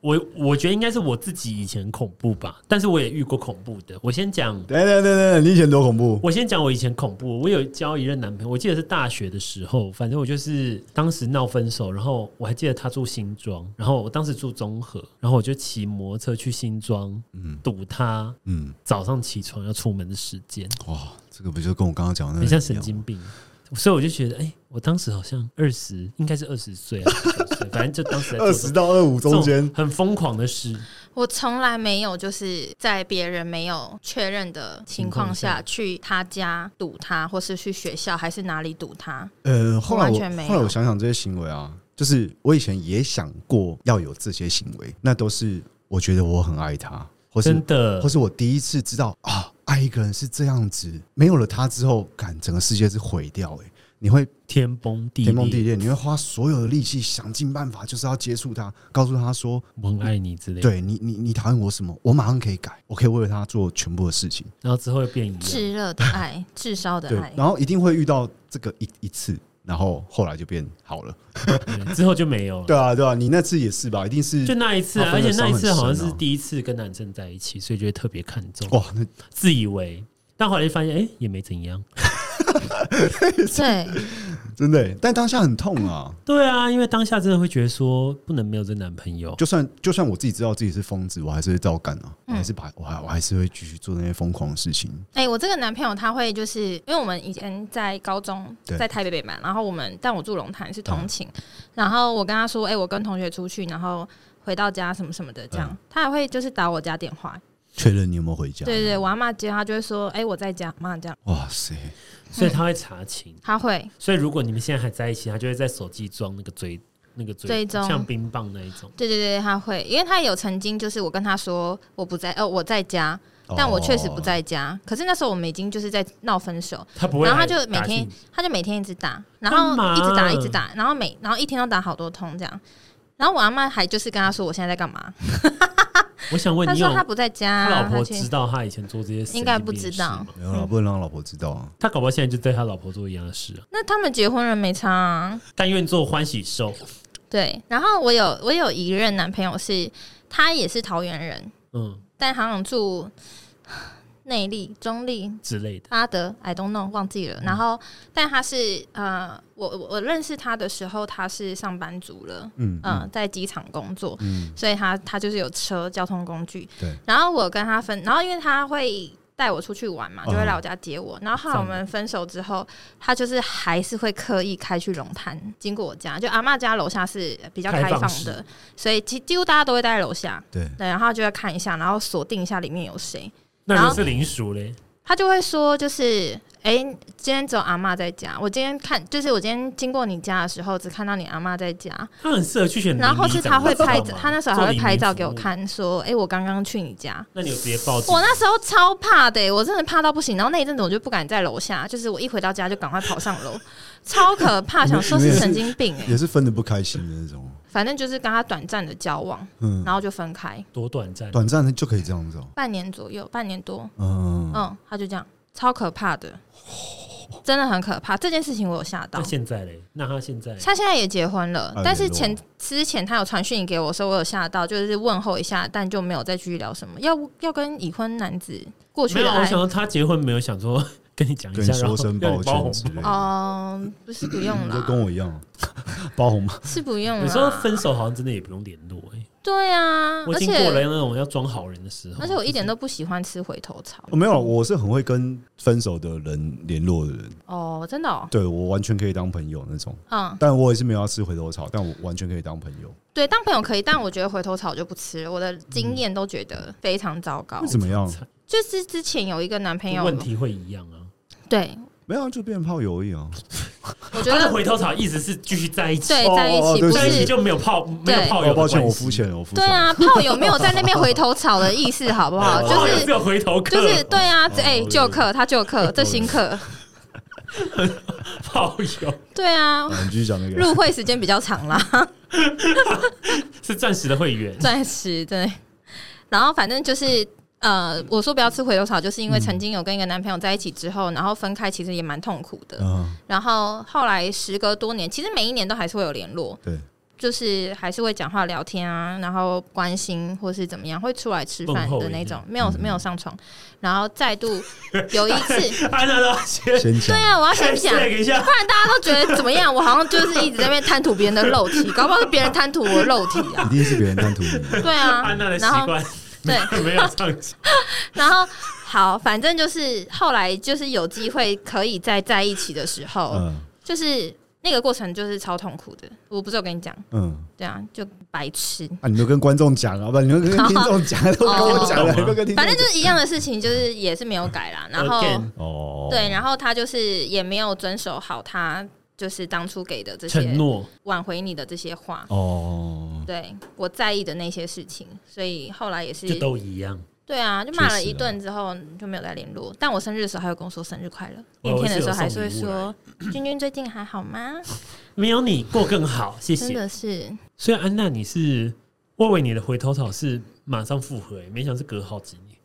我我觉得应该是我自己以前恐怖吧，但是我也遇过恐怖的。我先讲，
等等等等，你以前多恐怖？
我先讲我以前恐怖，我有交一任男朋友，我记得是大学的时候，反正我就是当时闹分手，然后我还记得他住新庄，然后我当时住中和，然后我就骑摩托车去新庄
嗯
堵他
嗯，
早上起床要出门的时间，
哇，这个不就跟我刚刚讲的那个
很像
一
神
样
经病。
嗯
所以我就觉得，哎、我当时好像二十，应该是二十岁啊，19岁反正就当时在做
二十到 二五中
这
间
种，很疯狂的事。
我从来没有就是在别人没有确认的情况
情况
下
下
去他家堵他，或是去学校还是哪里堵他。
呃，后来
完
我
全没有
后来我想想这些行为啊，就是我以前也想过要有这些行为，那都是我觉得我很爱他，或是
真的
或，是我第一次知道啊，爱一个人是这样子，没有了他之后，感整个世界是毁掉哎、欸你会
天崩地
天崩地
裂，
裂，你会花所有的力气，想尽办法，就是要接触他，告诉他说，
我很爱你之类的。，
对你，你你讨厌我什么，我马上可以改，我可以为了他做全部的事情。
然后之后会变一样。
炙热的爱，炙烧的
对
爱，，
然后一定会遇到这个一一次，然后后来就变好了。
对之后就没有了。
对啊，对啊，你那次也是吧？一定是
就那一次、啊，
他
而
分
且
的
那一次好像
伤很深
是
啊
第一次跟男生在一起，所以觉得特别看重，
哇，那
自以为，但后来就发现，哎、也没怎样。
对，
真的欸，但当下很痛啊。
对啊，因为当下真的会觉得说，不能没有这男朋友。
就算就算我自己知道自己是疯子，我还是会照干啊，我
嗯
还是把我还我还是会继续做那些疯狂的事情。
哎、我这个男朋友他会就是因为我们以前在高中
对
在台北北嘛，然后我们但我住龙潭是同寝，然后我跟他说，哎、我跟同学出去，然后回到家什么什么的这样，他还会就是打我家电话，
确认你有没有回家？
对对对，我阿妈接他就会说，哎、我在家，妈这样，
哇塞，
所以他会查寝。
他会
所以如果你们现在还在一起，他就会在手机装那个追那个追
追踪
像冰棒那一种。
对对对，他会，因为他有曾经就是我跟他说我不在，哦，我在家，
哦
但我确实不在家。可是那时候我们已经就是在闹分手，
他不会
然后
还
他
打
就
进，
每天他就每天一直打，然
干嘛
后一直打一直打，然后每然后一天都打好多通这样。然后我阿妈还就是跟他说我现在在干嘛，
我想问
他
你有
说他不在家，
他老婆
去
知道他以前做这些事，
应该不知道。
没有啦，不能让老婆知道啊。
他搞不好现在就对他老婆做一样的事、啊，
那他们结婚了没差、啊？
但愿做欢喜受。
对，然后我有我有一任男朋友是，他也是桃园人，
嗯
但好像住内力、中立
之类的。
阿德，I don't know，忘记了。然后，但他是呃，我我我认识他的时候，他是上班族了，
嗯
嗯、在机场工作，
嗯，
所以他他就是有车交通工具。
对。
然后我跟他分，然后因为他会带我出去玩嘛，就会
嗯
来我家接我。然后后来我们分手之后，他就是还是会刻意开去龙潭，经过我家，就阿嬷家楼下是比较
开
开
放
放
式
的，所以几几乎大家都会待在楼下。
对，
对，然后他就会看一下，然后锁定一下里面有谁。
那如
然
果
后
是林叔嘞，
他就会说，就是哎、诶今天只有阿嬷在家。我今天看，就是我今天经过你家的时候，只看到你阿嬷在家。
他很适合去选邻里
然
长
后
吧。
是他会拍
知
照，
道吗
他那时候还会拍照给我。
做邻里服务
看，说哎、诶我刚刚去你家。
那你有直接报警？
我那时候超怕的、我真的怕到不行。然后那一阵子我就不敢在楼下，就是我一回到家就赶快跑上楼，超可怕，想说是神经病哎、
也是分的不开心的那种，
反正就是跟他短暂的交往，
嗯，
然后就分开，
多短暂，
短暂的就可以这样子哦。
半年左右，半年多，
嗯，
嗯，他就这样，超可怕的，真的很可怕。这件事情我有吓到
那。现在嘞？那他现在
他现在也结婚了
哎，
但是
联络
前之前他有传讯给我，说我有吓到，就是问候一下，但就没有再继续聊什么。要要跟已婚男子过去
没有？啊
的
我
爱
想，说他结婚没有想说跟你讲一
跟
下
你，
然
说
后
声
要
抱
你包
歉
红
之类的，
哦，不是不用
你就
啦，
跟我一样包红包。
是不用
嗯
啦。
你说分手好像真的也不用联络哎、
对啊，
我已
而
经过了
且
那种要装好人的时候。
而且我一点都不喜欢吃回头草。
嗯
哦没有，我是很会跟分手的人联络的人，
哦，真的哦，
对我完全可以当朋友那种。
嗯，
但我也是没有要吃回头草，但我完全可以当朋友。
对，当朋友可以，但我觉得回头草我就不吃了。我的经验都觉得非常糟糕
那。怎么样？
就是之前有一个男朋友，
问题会一样啊。
对
没有啊，就变炮友而已啊。
我觉
他的
得
回头草一直是继续在一起，
对
哦
在一
哦
起
对
不
在一起
是。
就没有泡没有
对
泡友
哦，
的
抱
关系、
歉，我肤浅了，我肤
对
浅。
啊，炮友没有在那边回头草的意思，好不好？哦就
炮友
是
只有回头客，
就是对啊，
哦
这哎
哦
旧课他旧课，这新课
炮友
对啊，
啊，你继续讲那个。
入会时间比较 长啦，
是暂时的会员，
暂时对。然后反正就是呃，我说不要吃回头草，就是因为曾经有跟一个男朋友在一起之
嗯
后，然后分开其实也蛮痛苦的。
嗯，
然后后来时隔多年，其实每一年都还是会有联络，
对，
就是还是会讲话聊天啊，然后关心或是怎么样，会出来吃饭
问候
的那
一下
种，没有没有上床。然后 再度有一次，
安娜都先
先讲
对。啊，
哎
我要先讲。
check 一下
不，然大家都觉得怎么样？我好像就是一直在那边贪图别人的肉体，搞不好是别人贪图我的肉体 啊。
一定是别人贪图你，
对啊
安娜的，习
然后
惯
对，
没有上去，
然后好，反正就是后来就是有机会可以再在一起的时候，
嗯
就是那个过程就是超痛苦的。我不是有跟你讲，
嗯，
对啊，就白痴。
啊，你没有跟观众讲啊，不，你没有跟听众讲，都跟我讲了，你没有跟
哦
听众讲
反正就是一样的事情，就是也是没有改
嗯
啦。然后
Again，
哦，
对，然后他就是也没有遵守好他就是当初给的这
承
些
诺
挽回你的这些话，
哦，
对我在意的那些事情，所以后来也是
就都一样。
对啊，就骂
确
了
实
一
哦
啊
顿之后就没有再联络。但我生日的时候还有跟我说生日快乐，
哦我
那天
是
的
有
时候还
送
是会
礼物哎
说君君最近还好吗？
没有你过更好，谢
真
谢。
的是
所以安娜，你是我以为你的回头草是马上复合、欸，没想到是隔好几年。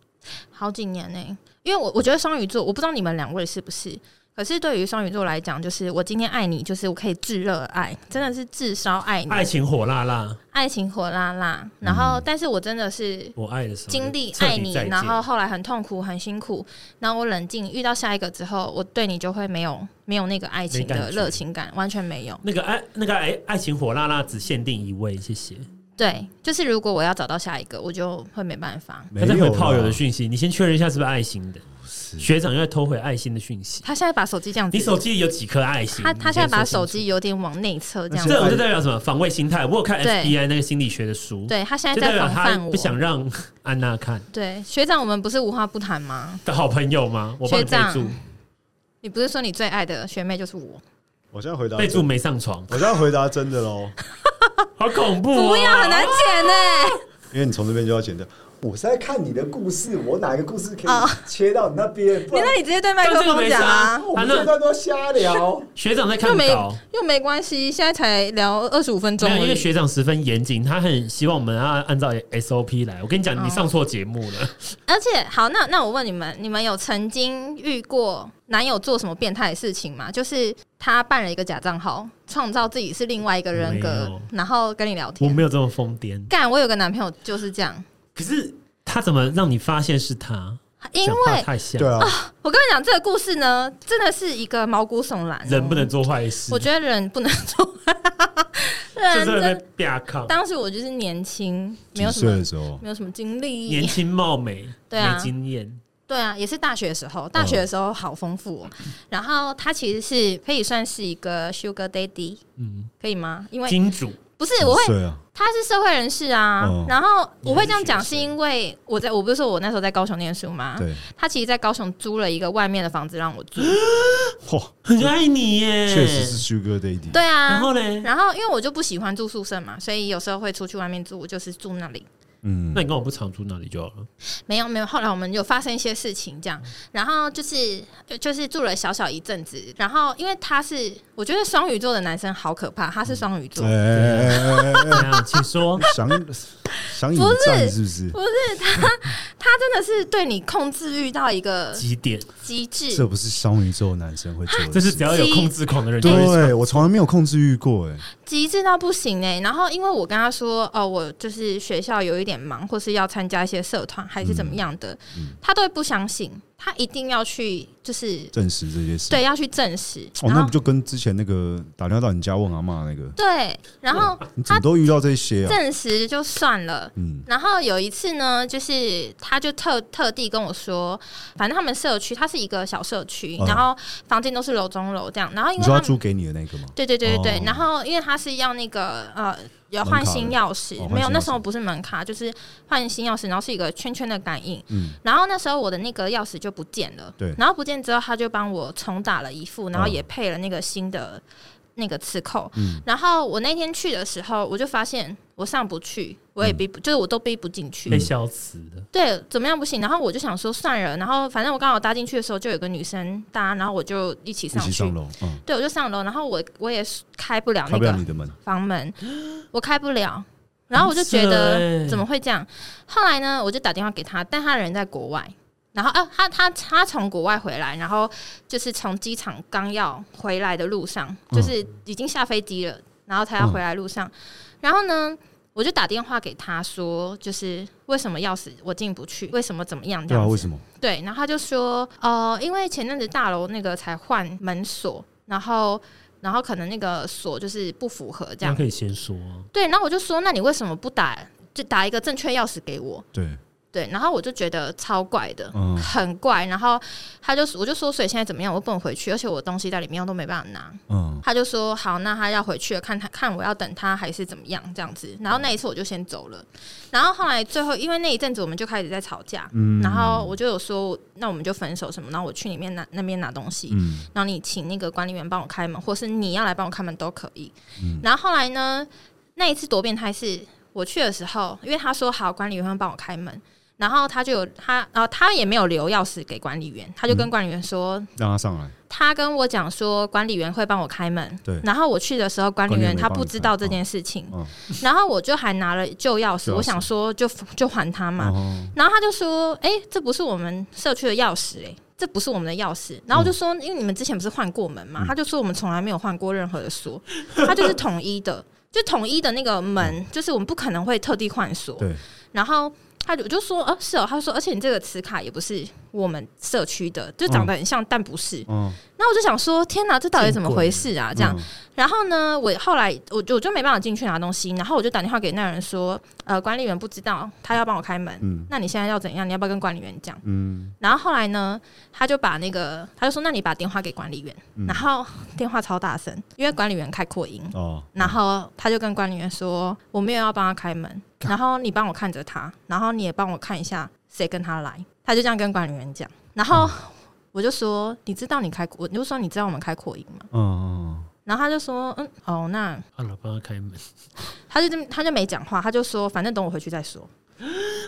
好几年呢、因为我我觉得双鱼座，我不知道你们两位是不是，可是对于双鱼座来讲，就是我今天爱你，就是我可以炙热爱，真的是炙烧爱你，
爱嗯情火辣辣，
爱情火辣辣。然后，但是我真的是
我爱的时候
经历
彻底
爱你，
再见
然后后来很痛苦、很辛苦，然后我冷静，遇到下一个之后，我对你就会没有没有那个爱情
没
的
感觉
热情感，完全没有。
那个爱那个哎爱爱情火辣辣只限定一位，谢谢。
对，就是如果我要找到下一个，我就会没办法。
没
他在
有
回
啦
炮友的讯息，你先确认一下是不是爱心的。学长又在偷回爱心的讯息。
他现在把手机这样子，
你手机里有几颗爱心？
他他现在把
你先说
手
清楚
机有点往内侧这样
那
这
现
种
子，
就代表什么？防卫心态。我有看
对
FBI 那个心理学的书，
对他现
就
在
代
在
表
防
他
范我。
不想让安娜看
对学长，我们不是无话不谈吗？
的好朋友吗？我帮你
学
备
长
注，
你不是说你最爱的学妹就是我？
我现在回答
备
真
注没上床，
我现在回答真的喽，
好恐怖、哦！
不要，很难剪呢、欸
因为你从这边就要剪掉。我是在看你的故事，我哪一个故事可
哦
以切到你那边？不
啊
你
然
那里直接对麦
但
克
这个
风
没
讲啊
啥，。
我
啊
们这
那
段都瞎聊。
学长在
又
看
没
稿。
又没关系，现在才聊二十五分钟
没有，
而
因为
已。
学长十分严谨，他很希望我们要按照 SOP 来。我跟你讲，
哦
你上错节目 了。
而且好，那那我问你们，你们有曾经遇过男友做什么变态的事情吗？就是他办了一个假账号，创造自己是另外一个人
没
格
有，
然后跟你聊
我
天。
没有这么疯癫，
干，我有个男朋友就是这样，
可是他怎么让你发现是他？
因
讲话
为哦
太像
对，啊，
我跟你讲这个故事呢，真的是一个毛骨悚然哦、
人不能做坏事，
我觉得人不能做，
就
人
真的
真。
被啪靠。
当时我就是年轻，没有什么
时候，
没有什么经
年
历，
轻貌美，
对啊
没经验，
对啊，也是大学的时候，大学
嗯
的时候好丰富、哦。然后他其实是可以算是一个 sugar daddy，
嗯，
可以吗？因为
金主
不是我会，
对啊，
他是社会人士啊。
嗯
哦
然后我会这样讲，
你是
是
学生
因为我在我不是说我那时候在高雄念书吗？
对，
他其实在高雄租了一个外面的房子让我住。
嗯
嚯，
很爱你耶，
确实是。Sugar Daddy。
嗯对啊，
然后呢？
然后因为我就不喜欢住宿舍嘛，所以有时候会出去外面住，我就是住那里。
嗯
那，你跟我不常住那里就好了。
没有没有，后来我们有发生一些事情，这样，然后就是就是住了小小一阵子，然后因为他是，我觉得双鱼座的男生好可怕，他是双鱼座，
哎哎哎哎
这样，啊请说。
想想引战是不是？
他真的是对你控制欲到一个
几点？
极
这
致。
不是双鱼座男生会做
啊
的事，
这是只要有控制狂的人就会
对我从来没有控制欲过哎。
极致到不行哎、然后因为我跟他说，哦，我
嗯
就是学校有一点忙，或是要参加一些社团还是怎么样的，他都会不相信。他一定要去，就是
证实这些事。
对，要去证实。
哦，
然
那
后
不就跟之前那个打电话到你家问阿妈那个，
对，然后
你怎么都遇到这些啊？
证实就算了。
嗯，
然后有一次呢，就是他就特特地跟我说，反正他们社区，它是一个小社区，
嗯
然后房间都是楼中楼这样。然后因
你
为
说
他们
他租给你的那个吗？
对对对对对，
哦
然后因为他是要那个呃，有
门
换
卡
新
的
钥匙，
哦换
没有
新
那
钥
时候
匙
不是门卡，就是换新钥匙，然后是一个圈圈的感应。
嗯，
然后那时候我的那个钥匙就不见了，
对
然后不见之后他就帮我重打了一副，然后
嗯
也配了那个新的那个磁扣。
嗯
然后我那天去的时候，我就发现我上不去，我也
嗯
逼不，就是我都逼不进去
被。消磁的，
对，怎么样不行？然后我就想说算了，然后反正我刚好搭进去的时候就有个女生搭，然后我就一起
一
上
起
去。
上楼，嗯，
对，我就上楼，然后我我也开不了
开
那
不了
个
你的门，
房门，我开不了。然后我就
很扯
觉得
欸
怎么会这样？后来呢，我就打电话给他，但他人在国外。然后，啊，他他他从国外回来，然后就是从机场刚要回来的路上，
嗯
就是已经下飞机了，然后他要回来路上。然后呢，我就打电话给他说，就是为什么钥匙我进不去，为什么怎么样这
对啊，
样
为
子？
什么？
对，然后他就说，呃，因为前阵子大楼那个才换门锁，然后然后可能那个锁就是不符合这
那
样
可。以先说啊、
对，然后我就说，那你为什么不打就打一个正确钥匙给我？
对，
对，然后我就觉得超怪的，
嗯
很怪。然后他就我就说，所以现在怎么样？我不能回去，而且我东西在里面，我都没办法拿。
嗯，
他就说好，那他要回去了，看他看我要等他还是怎么样这样子。然后那一次我就先走了，然后后来最后因为那一阵子我们就开始在吵架，
嗯
然后我就有说那我们就分手什么，然后我去里面拿那边拿东西，
嗯，
然后你请那个管理员帮我开门，或是你要来帮我开门都可以。
嗯
然后后来呢，那一次多变态是我去的时候，因为他说好，管理员会帮我开门。然后他就有他，然后他也没有留钥匙给管理员，他就
嗯
跟管理员说：“
让他上来，
他跟我讲说，管理员会帮我开门。
对
然后我去的时候，管理
管理员
员
没
他
帮
不
你
知
开
道这件事情，
嗯，
然后我就还拿了旧钥匙，
旧钥匙
我想说就就还他嘛。
哦，
然后他就说：“哎、这不是我们社区的钥匙、哎，这不是我们的钥匙。”然后我就
嗯
说：“因为你们之前不是换过门嘛？”他就说：“我们从来没有换过任何的锁，它就是统一的，就统一的那个门，
嗯
就是我们不可能会特地换锁。”
对，
然后他就我就说：“哦、是哦。”他说：“而且你这个磁卡也不是我们社区的，就长得很像，但不是。”
嗯，
那我就想说，天哪，这到底怎么回事啊？这样，然后呢，我后来我就我就没办法进去拿东西，然后我就打电话给那人说，呃，管理员不知道，他要帮我开门，
嗯，
那你现在要怎样？你要不要跟管理员讲？
嗯
然后后来呢，他就把那个他就说，那你把电话给管理员，
嗯
然后电话超大声，因为管理员开扩音
嗯，，哦，
然后他就跟管理员说，我没有要帮他开门，然后你帮我看着他，然后你也帮我看一下谁跟他来，他就这样跟管理员讲，然
哦
后我就说，你知道你开，我就说你知道我们开扩音吗？
嗯嗯
然后他就说，嗯，哦，那
啊，老帮他开门，
他就这么他就没讲话，他就说，反正等我回去再说。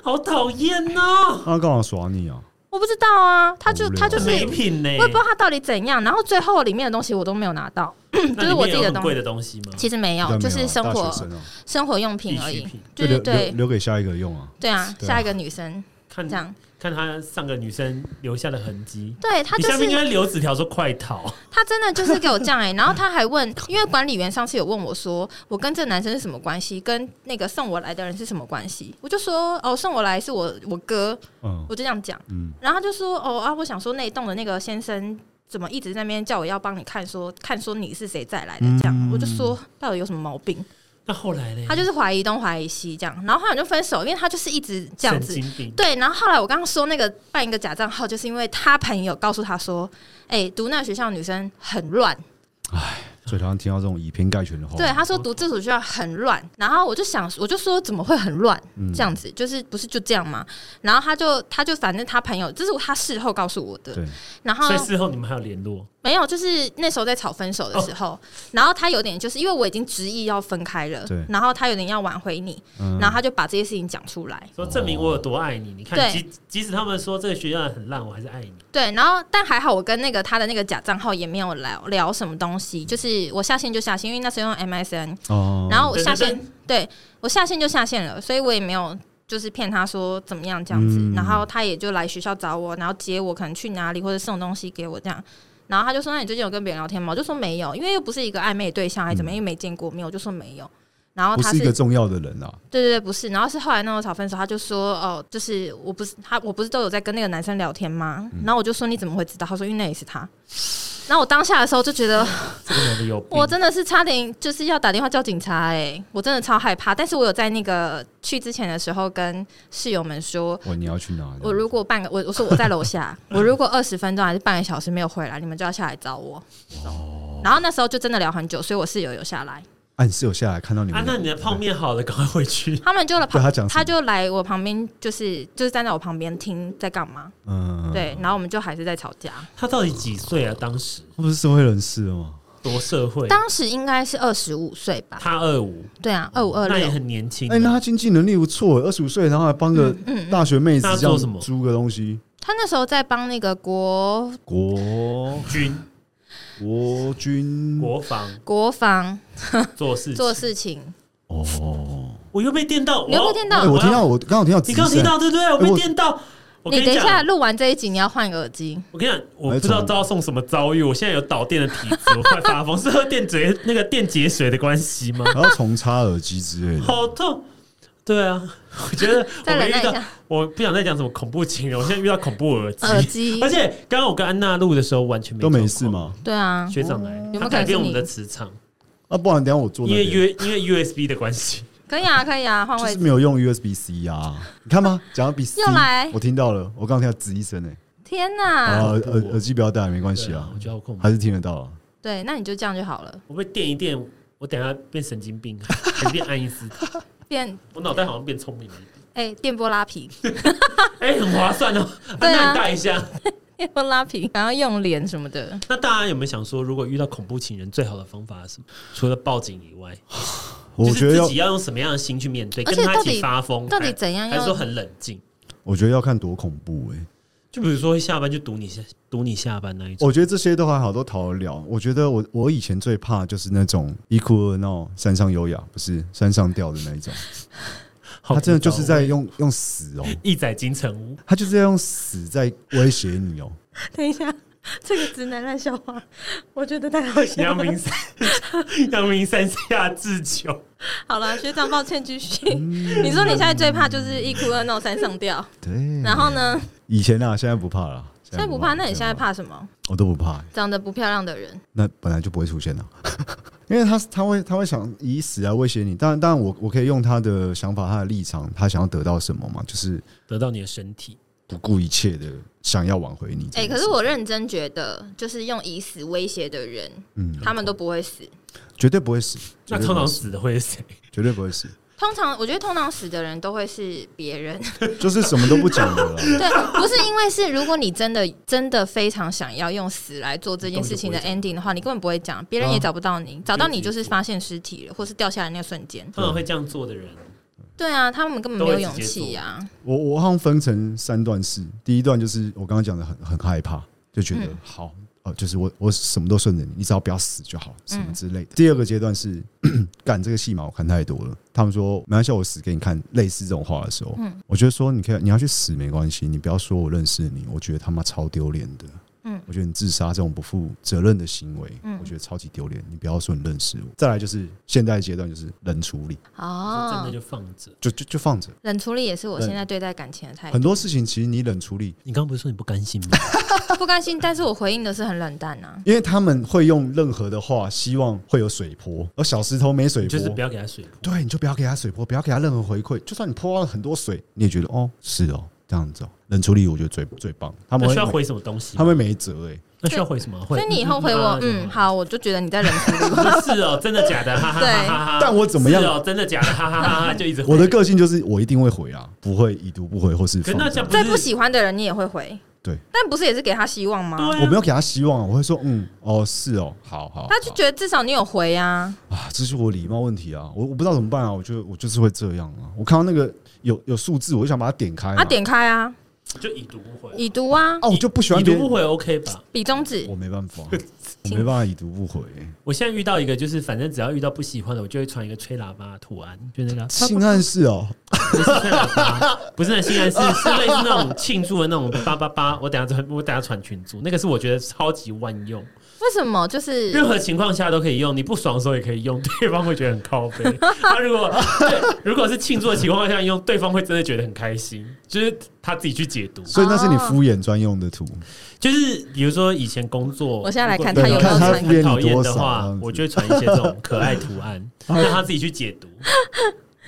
好讨厌哦
嗯，，他干嘛耍你啊？
我不知道啊，他就
好无聊
他就是
没品呢、
我也不知道他到底怎样，然后最后里面的东西我都没有拿到，
那
就是
里
我
面
自己
有很
的东
贵的东西吗？
其实没有，
但
哦就
嗯没有
是
啊
生
大学
活
生啊
生活用品而
必需
已
品。
就
对对
留留
对
留给下一个用啊。
对啊，
对啊
下一个女生
看
这样，
看他上个女生留下的痕迹，
对他
你
就
下面应该
是
留纸条说快逃，
他真的就是给我这样 哎、然后他还问，因为管理员上次有问我说，我跟这男生是什么关系，跟那个送我来的人是什么关系，我就说哦，送我来是我我哥，
嗯
我就这样讲。
嗯，
然后他就说：“哦啊，我想说那一栋的那个先生怎么一直在那边叫我要帮你看说，看说你是谁再来的这样。
嗯
我就说到底有什么毛病？
那后来呢？
他就是怀疑东怀疑西这样，然后后来就分手，因为他就是一直这样
神
子。
经病，
对，然后后来我刚刚说那个办一个假账号，就是因为他朋友告诉他说，哎、读那学校的女生很乱，
最讨厌听到这种以偏概全的话。
对，他说读自主学校很乱，然后我就想，我就说怎么会很乱？
嗯
这样子就是不是就这样吗？然后他就他就反正他朋友，这是他事后告诉我的
对。
然后
所以事后你们还有联络，
没有，就是那时候在吵分手
哦
的时候，然后他有点就是因为我已经执意要分开了
对，
然后他有点要挽回你，
嗯
然后他就把这些事情讲出来，
说证明我有多爱你。你看，
对
即即使他们说这个学校很烂，我还是爱你。
对，然后但还好我跟那个他的那个假账号也没有聊聊什么东西，就是我下线就下线，因为那时候用 MSN，
哦，
然后我
对
下
对
线，对我下线就下线了，所以我也没有。就是骗他说怎么样这样子，
嗯
然后他也就来学校找我，然后接我，可能去哪里或者送东西给我这样。然后他就说：“那你最近有跟别人聊天吗？”我就说没有，因为又不是一个暧昧对象，还怎么样，又没见过面，我就说没有。然后
嗯不
他
是一个重要的人啊。
对对对，不是。然后是后来闹吵分手，他就说哦，就是我不是他，我不是都有在跟那个男生聊天吗？
嗯
然后我就说你怎么会知道？他说因为那也是他。然后我当下的时候就觉得，
这个男的有病，
嗯
我真的是差点就是要打电话叫警察哎、我真的超害怕。但是我有在那个去之前的时候跟室友们说，
我你要去哪里？啊
我如果半个我我说我在楼下，
嗯
我如果二十分钟还是半个小时没有回来，你们就要下来找我。
哦
然后那时候就真的聊很久，所以我室友有下来，
按室友下来看到你们
啊，
俩，
那你的泡面好了，赶快回去。
他们就来
对他讲什么，
他就来我旁边，就是就是站在我旁边听在干嘛，
嗯，
对，然后我们就还是在吵架。
他到底几岁啊？当时
他不是社会人士哦了吗？
多社会，
当时应该是二十五岁吧，
他二五，
对啊，二五二
那也
六，
很年轻。
哎、那他经济能力不错，二十五岁，然后还帮
嗯
个大学妹子
那他
这
做什
样
么
租个东西，
他那时候在帮那个国
国
军
国军
国防
国防
做事情
做，事情，
哦，
我又被电到，
你又
我
被
要
电
哎、
到
我听到，
要
我刚好听到子
你
怡
刚
在，
刚听到对不对？我
哎
被
我
电到。我跟
你等一
讲
下录完这一集你要换耳机，
我跟你讲，我
还
不知道
从
遭送什么遭遇，我现在有导电的体质，我快 发疯，是喝电解那个电解水的关系吗？
然后重插耳机 之类的，
好痛！对啊，我觉得我
再
们
忍
遇
耐一
到
下，
我不想再讲什么恐怖情人，我现在遇到恐怖耳机，
耳 机
而，且刚刚我跟安娜录的时候完全没
都没
状
事
况？
吗？
对啊，
学长来
有，没
他
有可能
改变
是
我们
你
的磁场，
啊，不然等一下我坐
因
那
为
边，
U 因为 USB 的关系，
可以啊，可以啊，换
就
位
是
置，
没有用 USB C 啊，你看吗？讲到 B C，
又来
我听到了，我刚刚听到子怡声哎，
天
啊，
哪，
耳
恐怖哦
耳机不要戴，没关系
对啊
啊，
我觉得好恐怖
还，是听得到啊。
对，那你就这样就好了，
我被电一电，我等下变神经病，还是变爱因斯坦？
变
我脑袋好像变聪明了，
哎电波拉皮，
哎，很划算哦。
对啊
安娜你带一下。
电波拉皮，然后用脸什么的，
那大家有没有想说，如果遇到恐怖情人，最好的方法是什么？除了报警以外，
我
就
觉
是
得
自
要
己，啊要用什么样的心去面对？
而
跟
且
他一
到
起
底
发疯，
到底
还
怎样
还是说
要
很冷静？
我觉得要看多恐怖哎、
就比如说下班就堵你下堵你下班那一种，
我觉得这些都还好，都逃得了。我觉得我我以前最怕就是那种一哭二闹山上优雅，不是山上吊的那一种。
好啊
他真的
枯燥
就是在用用死哦，
一载金城 武，
他就是在用死在威胁你哦。
等一下，这个直男烂笑话，我觉得太好笑
阳
了。
明山 阳明山下智久，
好了，学长，抱歉，继续。
嗯
你说你现在最怕就是一哭二闹三上吊，
嗯
对，
然后呢？
以前啊，现在不怕了。
现在不怕，那你现在
不
怕什么？
我都不怕欸、
长得不漂亮的人，
那本来就不会出现的、 因为他他会他会想以死来威胁你。当然，当然我我可以用他的想法、他的立场，他想要得到什么嘛，就是
得到你的身体，
不顾一切的想要挽回你。
哎、可是我认真觉得，就是用以死威胁的人，
嗯，
他们都不会死。
绝对不会死，
那
绝对
通
不
常
会死
死的会是谁？
绝对不会死，
通常，我觉得通常死的人都会是别人，
就是什么都不讲的了。
对，不是因为是，如果你真的真的非常想要用死来做这件事情的
你根本
ending 的话，你根本不会讲，别人也找不到你，找到你就是发现尸体了，或是掉下来那个瞬间。
通常会这样做的人，
对啊，他们根本没有勇气啊呀、
我我好像分成三段式，第一段就是我刚刚讲的很很害怕，就觉得、好呃，就是我我什么都顺着你，你只要不要死就好，什么之类的。第二个阶段是 干这个戏码我看太多了，他们说没关系，我死给你看，类似这种话的时候，我觉得说你可以你要去死没关系，你不要说我认识你，我觉得他妈超丢脸的。
嗯
我觉得你自杀这种不负责任的行为，我觉得超级丢脸。你不要说你认识我。再来就是现代阶段，就是冷处理，
就真的
哦，
就放 着。
就就就放着。
冷处理也是我现在对待感情的态
很
度，
多事情其实你冷处理，
你刚刚不是说你不甘心吗？
不甘心，但是我回应的是很冷淡啊呐、
因为他们会用任何的话，希望会有水泼，而小石头没水
你
泼，
就是不要给他水泼。
对，你就不要给他水泼，不要给他任何回馈。就算你泼了很多水，你也觉得哦，是哦，这样子哦，冷处理我觉得最最棒。他们
那
会
需要回什么东西
他
吗？
们会没辙哎、
那需要回什么？
所
会。
以你以后回我，嗯，好，我就觉得你在冷处理我。
啊。是哦，真的假的？哈哈哈哈哈。
但我怎么样
是哦，真的假的？哈哈哈哈！就一直回
我的个性就是我一定会回啊，不会已读不回或是
可
放
是那这
着
样
再
是
不喜欢的人你也会回，
对，
但不是也是给他希望吗？
对啊
我没有给他希望，我会说嗯哦是哦，好好，
他就
好
觉得至少你有回啊，
啊，这是我礼貌问题啊，我我不知道怎么办啊，我就我就是会这样啊，我看到那个有有数字，我就想把它点开嘛，
啊点开啊，
就已读不回，
已读啊，
哦，我就不喜欢
已
别
读
人
不回 OK 吧？
比中指
我没办 法，我没办法已读不回、
我现在遇到一个，就是反正只要遇到不喜欢的，我就会传一个吹喇叭的图案，就那个
性暗示哦，
不是吹喇叭，不是很性暗示，是类似那种庆祝的那种八八八。我等下传，我等下传群组，那个是我觉得超级万用，
为什么就是
任何情况下都可以用，你不爽的时候也可以用，对方会觉得很靠背。他如果对如果是庆祝的情况下用，对方会真的觉得很开心，就是他自己去解读。
所以那是你敷衍专用的图，
就是比如说以前工作，
我现在来看
如果
他
对
有没有传
看很
给
我
讨厌的
这
话
样，子
我就会传一些这种可爱图案，让他自己去解读。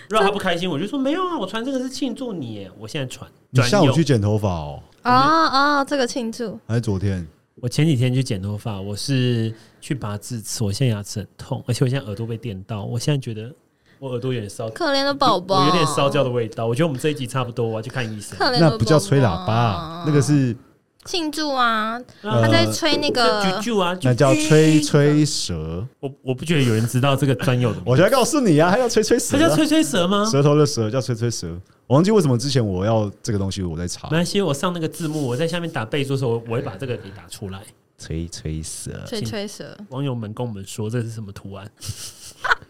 如果他不开心，我就说没有啊，我传这个是庆祝你耶，我现在传。
你下
专
午
用
去剪头发哦，
哦哦，这个庆祝
还是昨天？
我前几天去剪头发，我是去拔智齿，我现在牙齿很痛，而且我现在耳朵被电到，我现在觉得我耳朵有点烧，
可怜的宝宝，
我有点烧焦的味道。我觉得我们这一集差不多，我要去看 医生。
可怜的宝
那
宝
不叫吹喇叭，啊那个是
庆祝啊，
呃
他在吹那个
啾啾啊，啾
那叫吹吹蛇。
我我不觉得有人知道这个专有的名字，
我才告诉你啊，还要吹吹蛇
它
啊，
叫吹吹蛇吗？
舌头的蛇叫吹吹蛇。我忘记为什么之前我要这个东西，我在查
没关系，我上那个字幕，我在下面打备注的时候，我我会把这个给打出来。
吹吹蛇。
吹吹蛇。
网友们跟我们说这是什么图案？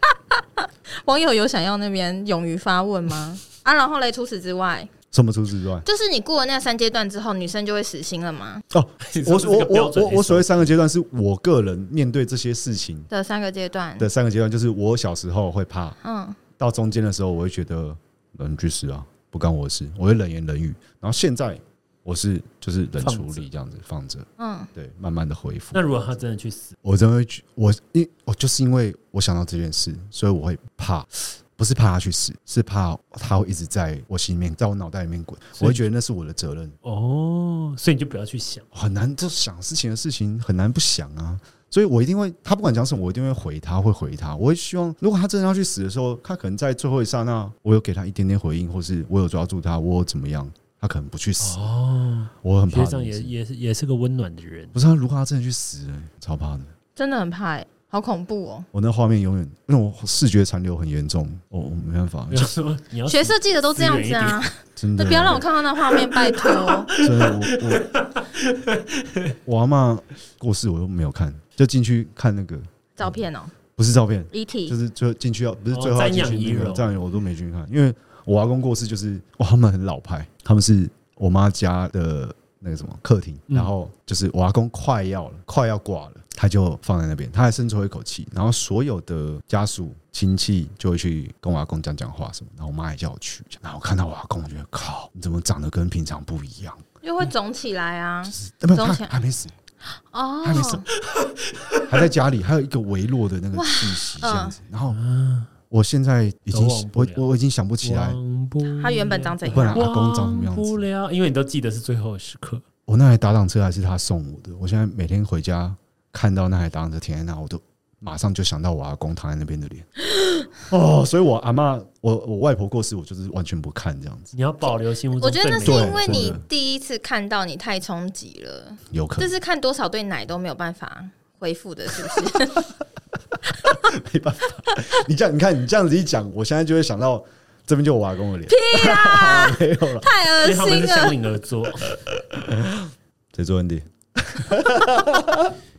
网友有想要那边勇于发问吗？啊，然后嘞，除此之外，
什么除此之外？
就是你过了那三阶段之后，女生就会死心了吗？
哦， 我
是不是
我
这个标
我
准
我我所谓三个阶段，是我个人面对这些事情
的三个阶段，
的三个阶段，就是我小时候会怕，
嗯，
到中间的时候，我会觉得嗯，去死啊，不干我的事，我会冷言冷语。然后现在我是就是冷处
放着
理这样子放着，
嗯，
对，慢慢的恢复
那。如果他真的去死，
我真的会去，我因我就是因为我想到这件事，所以我会怕，不是怕他去死，是怕他会一直在我心里面，在我脑袋里面滚，
所以
我会觉得那是我的责任，
哦，所以你就不要去想。
很难就想事情的事情很难不想啊。所以我一定会，他不管讲什么，我一定会回他，会回他。我会希望，如果他真的要去死的时候，他可能在最后一刹那，我有给他一点点回应，或是我有抓住他，我有怎么样，他可能不去死。
哦，
我很怕
学
这
长
件
也
事，
也是也是个温暖的人。
不是啊他，如果他真的去死、欸，超怕的。
真的很怕、欸，好恐怖哦、
我那画面永远那种视觉残留很严重，我、我没 办法，
你要说 你要
学设计的都这样子啊，
真的
那不要让我看到那画面，拜托。哦
真的我我我阿妈过世我都没有看，就进去看那个
照片哦、
不是照片，
遗体
就，是最后进去要不是
哦
最后要进
瞻仰
去
遗
那个
容
这样我都没进去看，因为我阿公过世就是哇他们很老派，他们是我妈家的那个什么客厅，
嗯
然后就是我阿公快要了快要挂了，他就放在那边，他还伸出一口气，然后所有的家属亲戚就会去跟我阿公讲讲话什么，然后我妈也叫我去，然后我看到我阿公，我觉得靠，你怎么长得跟平常不一样？
又会肿起来啊。
啊没有，他
中间
还没死，
哦，
还没死 还在家里，还有一个微弱的那个气息这样子。然后我现在已经
都忘不
我
了
我我已经想不起来
忘不啊了
他原本长怎
不然
样？
阿公长什么样
忘
子
不了，因为你都记得是最后的时刻。
我那台打档车还是他送我的。我现在每天回家看到那台打档车停在那，我都马上就想到我阿公躺在那边的 脸。哦，所以我阿妈，我我外婆过世，我就是完全不看这样子，
你要保留心目中
我觉得那是
最美
因
好
为
对
你
真的
第一次看到，你太冲击了。
有可
这
能
是看多少对奶都没有办法恢复的，是不是？
没办法。 你这样，你看你这样子一讲，我现在就会想到这边就我阿公的脸。没有了，
太
因
恶
为他们
心
是
了
相。邻而坐。
谁做问题？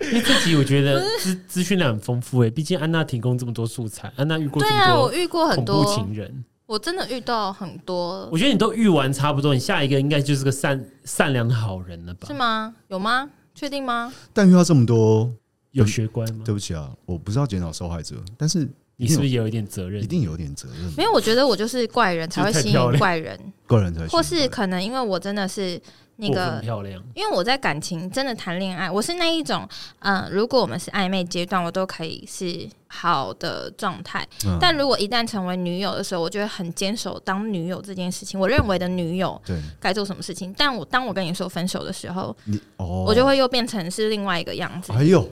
因为 这集我觉得资资讯量很丰富诶，欸毕竟安娜提供这么多素材，安娜遇过
对
这
啊，
么
我
多
遇过很
恐怖
多
情，人，
我真的遇到很多
我，觉得你都遇完差不多，你下一个应该就是个善善良的好人了吧
是？吗？有吗？确定吗？
但遇到这么多，
有学乖吗？
对不起啊，我不是要检讨受害者，但是
你是不是也有一点责任？
一定有点责任，
没有，我觉得我就是怪人才会吸引怪人，
个人才行
或是可能因为我真的是那
过分
个。
漂亮，
因为我在感情真的谈恋爱，我是那一种，嗯、如果我们是暧昧阶段，我都可以是好的状态。
嗯
但如果一旦成为女友的时候，我就会很坚守当女友这件事情。我认为的女友
对
该做什么事情，但我当我跟你说分手的时候，
你哦，
我就会又变成是另外一个样子，
哎呦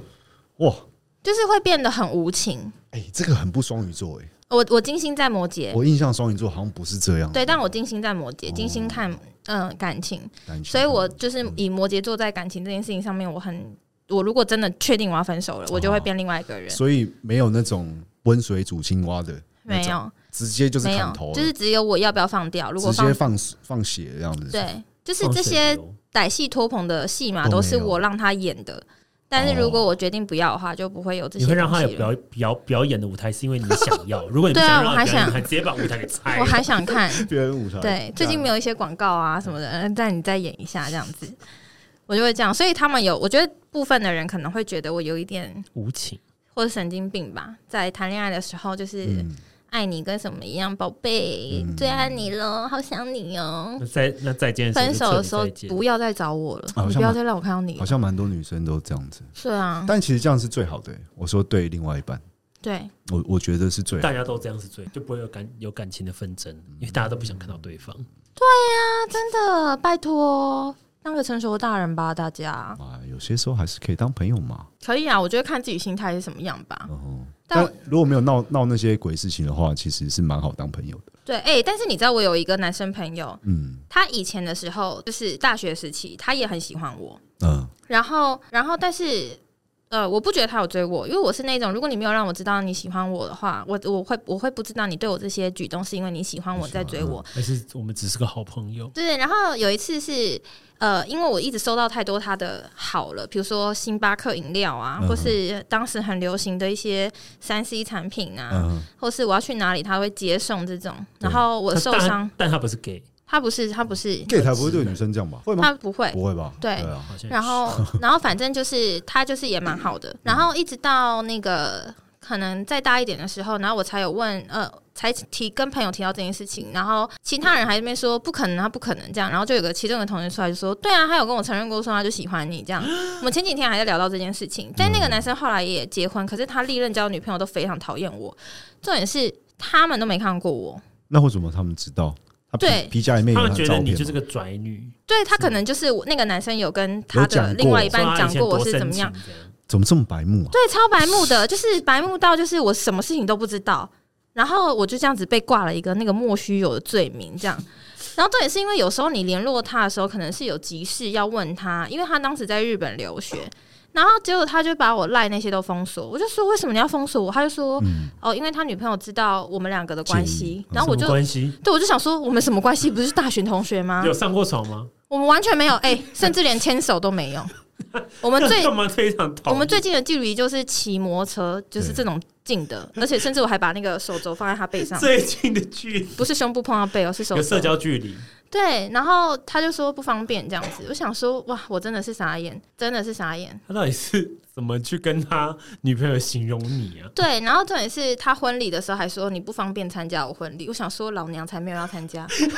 哇，
就是会变得很无情。
哎，这个很不双鱼座哎，
我我金星在摩羯，
我印象双鱼座好像不是这样，
对，但我金星在摩羯，金星看嗯、感情，
感觉
所以我就是以摩羯座在感情这件事情上面，我很我如果真的确定我要分手了，我就会变另外一个人。
哦所以没有那种温水煮青蛙的，
没，有，
直接就是
没
砍
有
头，了，
就是只有我要不要放掉。如果
直接
放
放放血这样子，，
对，就是
放
这
水
些
流
歹戏拖棚的戏码
都
都
没
是
有哦
我让他演的。但是如果我决定不要的话，就不会有这些
你
东
会
西了。
让他有表表表演的舞台，是因为你想 要。如果你不
对
想
啊我
让
还
他表演，
想
你还直接把舞台给拆了。
我还 想看，
别人舞台
对，最近没有一些广告啊什么的，呃但你再演一下这样子。我就会这样。所以他们有，我觉得部分的人可能会觉得我有一点
无情，
或者神经病吧，在谈恋爱的时候就是。
嗯，
爱你跟什么一样，宝贝，
嗯
最爱你了，好想你哦
那。再那再见
分手的时候
就彻底再见
不要再找我了，
好像
你不要再让我看到你
好
了。
像蛮多女生都这样子，
是啊，
但其实这样是最好的欸、我说对另外一半，
对，
我我觉得是最好
大。家都这样是最，就不会有感有感情的纷争，
嗯
因为大家都不想看到对方。
真的，拜托，当个成熟的大人吧，大家。
啊，有些时候还是可以当朋友嘛。
可以啊，我觉得看自己心态是什么样吧。
然后，
哦但
但如果没有闹闹那些鬼事情的话，其实是蛮好当朋友的。
对，哎、但是你知道，我有一个男生朋友，
嗯
他以前的时候就是大学时期，他也很喜欢我。
嗯
然后，然后，但是，呃，我不觉得他有追我，因为我是那种，如果你没有让我知道你喜欢我的话，我我会我会不知道你对我这些举动是因为你喜欢我在追我。
还是我们只是个好朋友，
对，然后有一次是呃，因为我一直收到太多他的好了，比如说星巴克饮料啊，
嗯哼
或是当时很流行的一些三 C 产品啊，
嗯，
或是我要去哪里他会接送这种。
对
然后我
他
受
但他
伤，
但他不是 gay，
他不是他不是
gay 才不会对女生这样吧？会吗？
他不会。
不会吧？
对
对啊，
好像也
然后然后反正就是他就是也蛮好的，然后一直到那个可能再大一点的时候，然后我才有问呃。才提跟朋友提到这件事情，然后其他人还在那边说不可能啊，不可能这样，然后就有个其中一个同学出来就说，对啊，他有跟我承认过说他就喜欢你 这样。我们前几天还在聊到这件事情，但那个男生后来也结婚，可是他历任交的女朋友都非常讨厌我，重点是他们都没看过我，
那为什么他们知道？他皮
对
皮夹里面有
他们
他的
觉
照
得
片
你就是
吗
个宅女，
对他可能就是我那个男生有跟他
有
的
讲过
另外一
说
半
他
讲
以前
过我
多
是
深
怎么样，
情这样。
怎么这么白目啊？
对，超白目的，就是白目到就是我什么事情都不知道，然后我就这样子被挂了一个那个莫须有的罪名，这样。然后重点是因为有时候你联络他的时候，可能是有急事要问他，因为他当时在日本留学，然后结果他就把我赖那些都封锁，我就说为什么你要封锁我？他就说、
嗯，
哦，因为他女朋友知道我们两个的关
介
系
意，
然后我
哦什
就
么。关系
对，我就想说，我们什么关系？不是大学同学吗
有？上过床吗？
我们完全没有，哎、甚至连牵手都没有。我们 最
干嘛非常讨厌
我们最近的距离就是骑摩托车，就是
对
这种近的，而且甚至我还把那个手肘放在他背上，
最近的距离
不是胸部碰到背哦，是手
有社
肘。
交距离，
对，然后他就说不方便这样子，我想说哇，我真的是傻眼，真的是傻眼。
他到底是怎么去跟他女朋友形容你啊？
对，然后重点是他婚礼的时候还说你不方便参加我婚礼，我想说老娘才没有要参加，
竟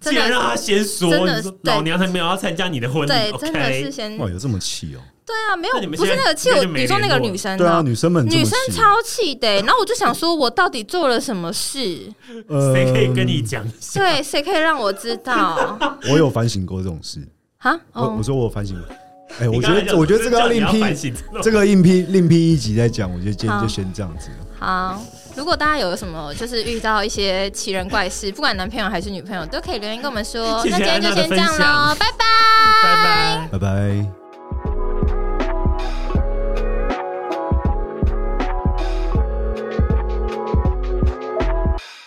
真
然让
的
他先说，
真的
你说
对
老娘才没有要参加你的婚礼
对，真的是
，OK？
先
哇，有这么气哦？
对啊，没
那你
有
们
不是
现在
那个气，
那就
我
没
你说那
联
个
络
女生
对啊，
哦，
女生们这么
女生
气
超气的欸，然后我就想说我到底做了什么事？
呃
谁可以跟你讲一下？
对，谁可以让我知道？
我有反省过这种事，
啊，
我
哦
我，说我有反省过。哎，我
你
觉
刚才讲
得我觉得这个要
真的
另
你
辟
反省这种
这个另辟另辟一集再讲，我觉得今天
好
就先这样子。
好。如果大家有什么就是遇到一些奇人怪事，不管男朋友还是女朋友，都可以留言跟我们说。
谢谢
那今天就
安娜的
先这样
分享
喽，拜拜。
拜拜。
拜拜。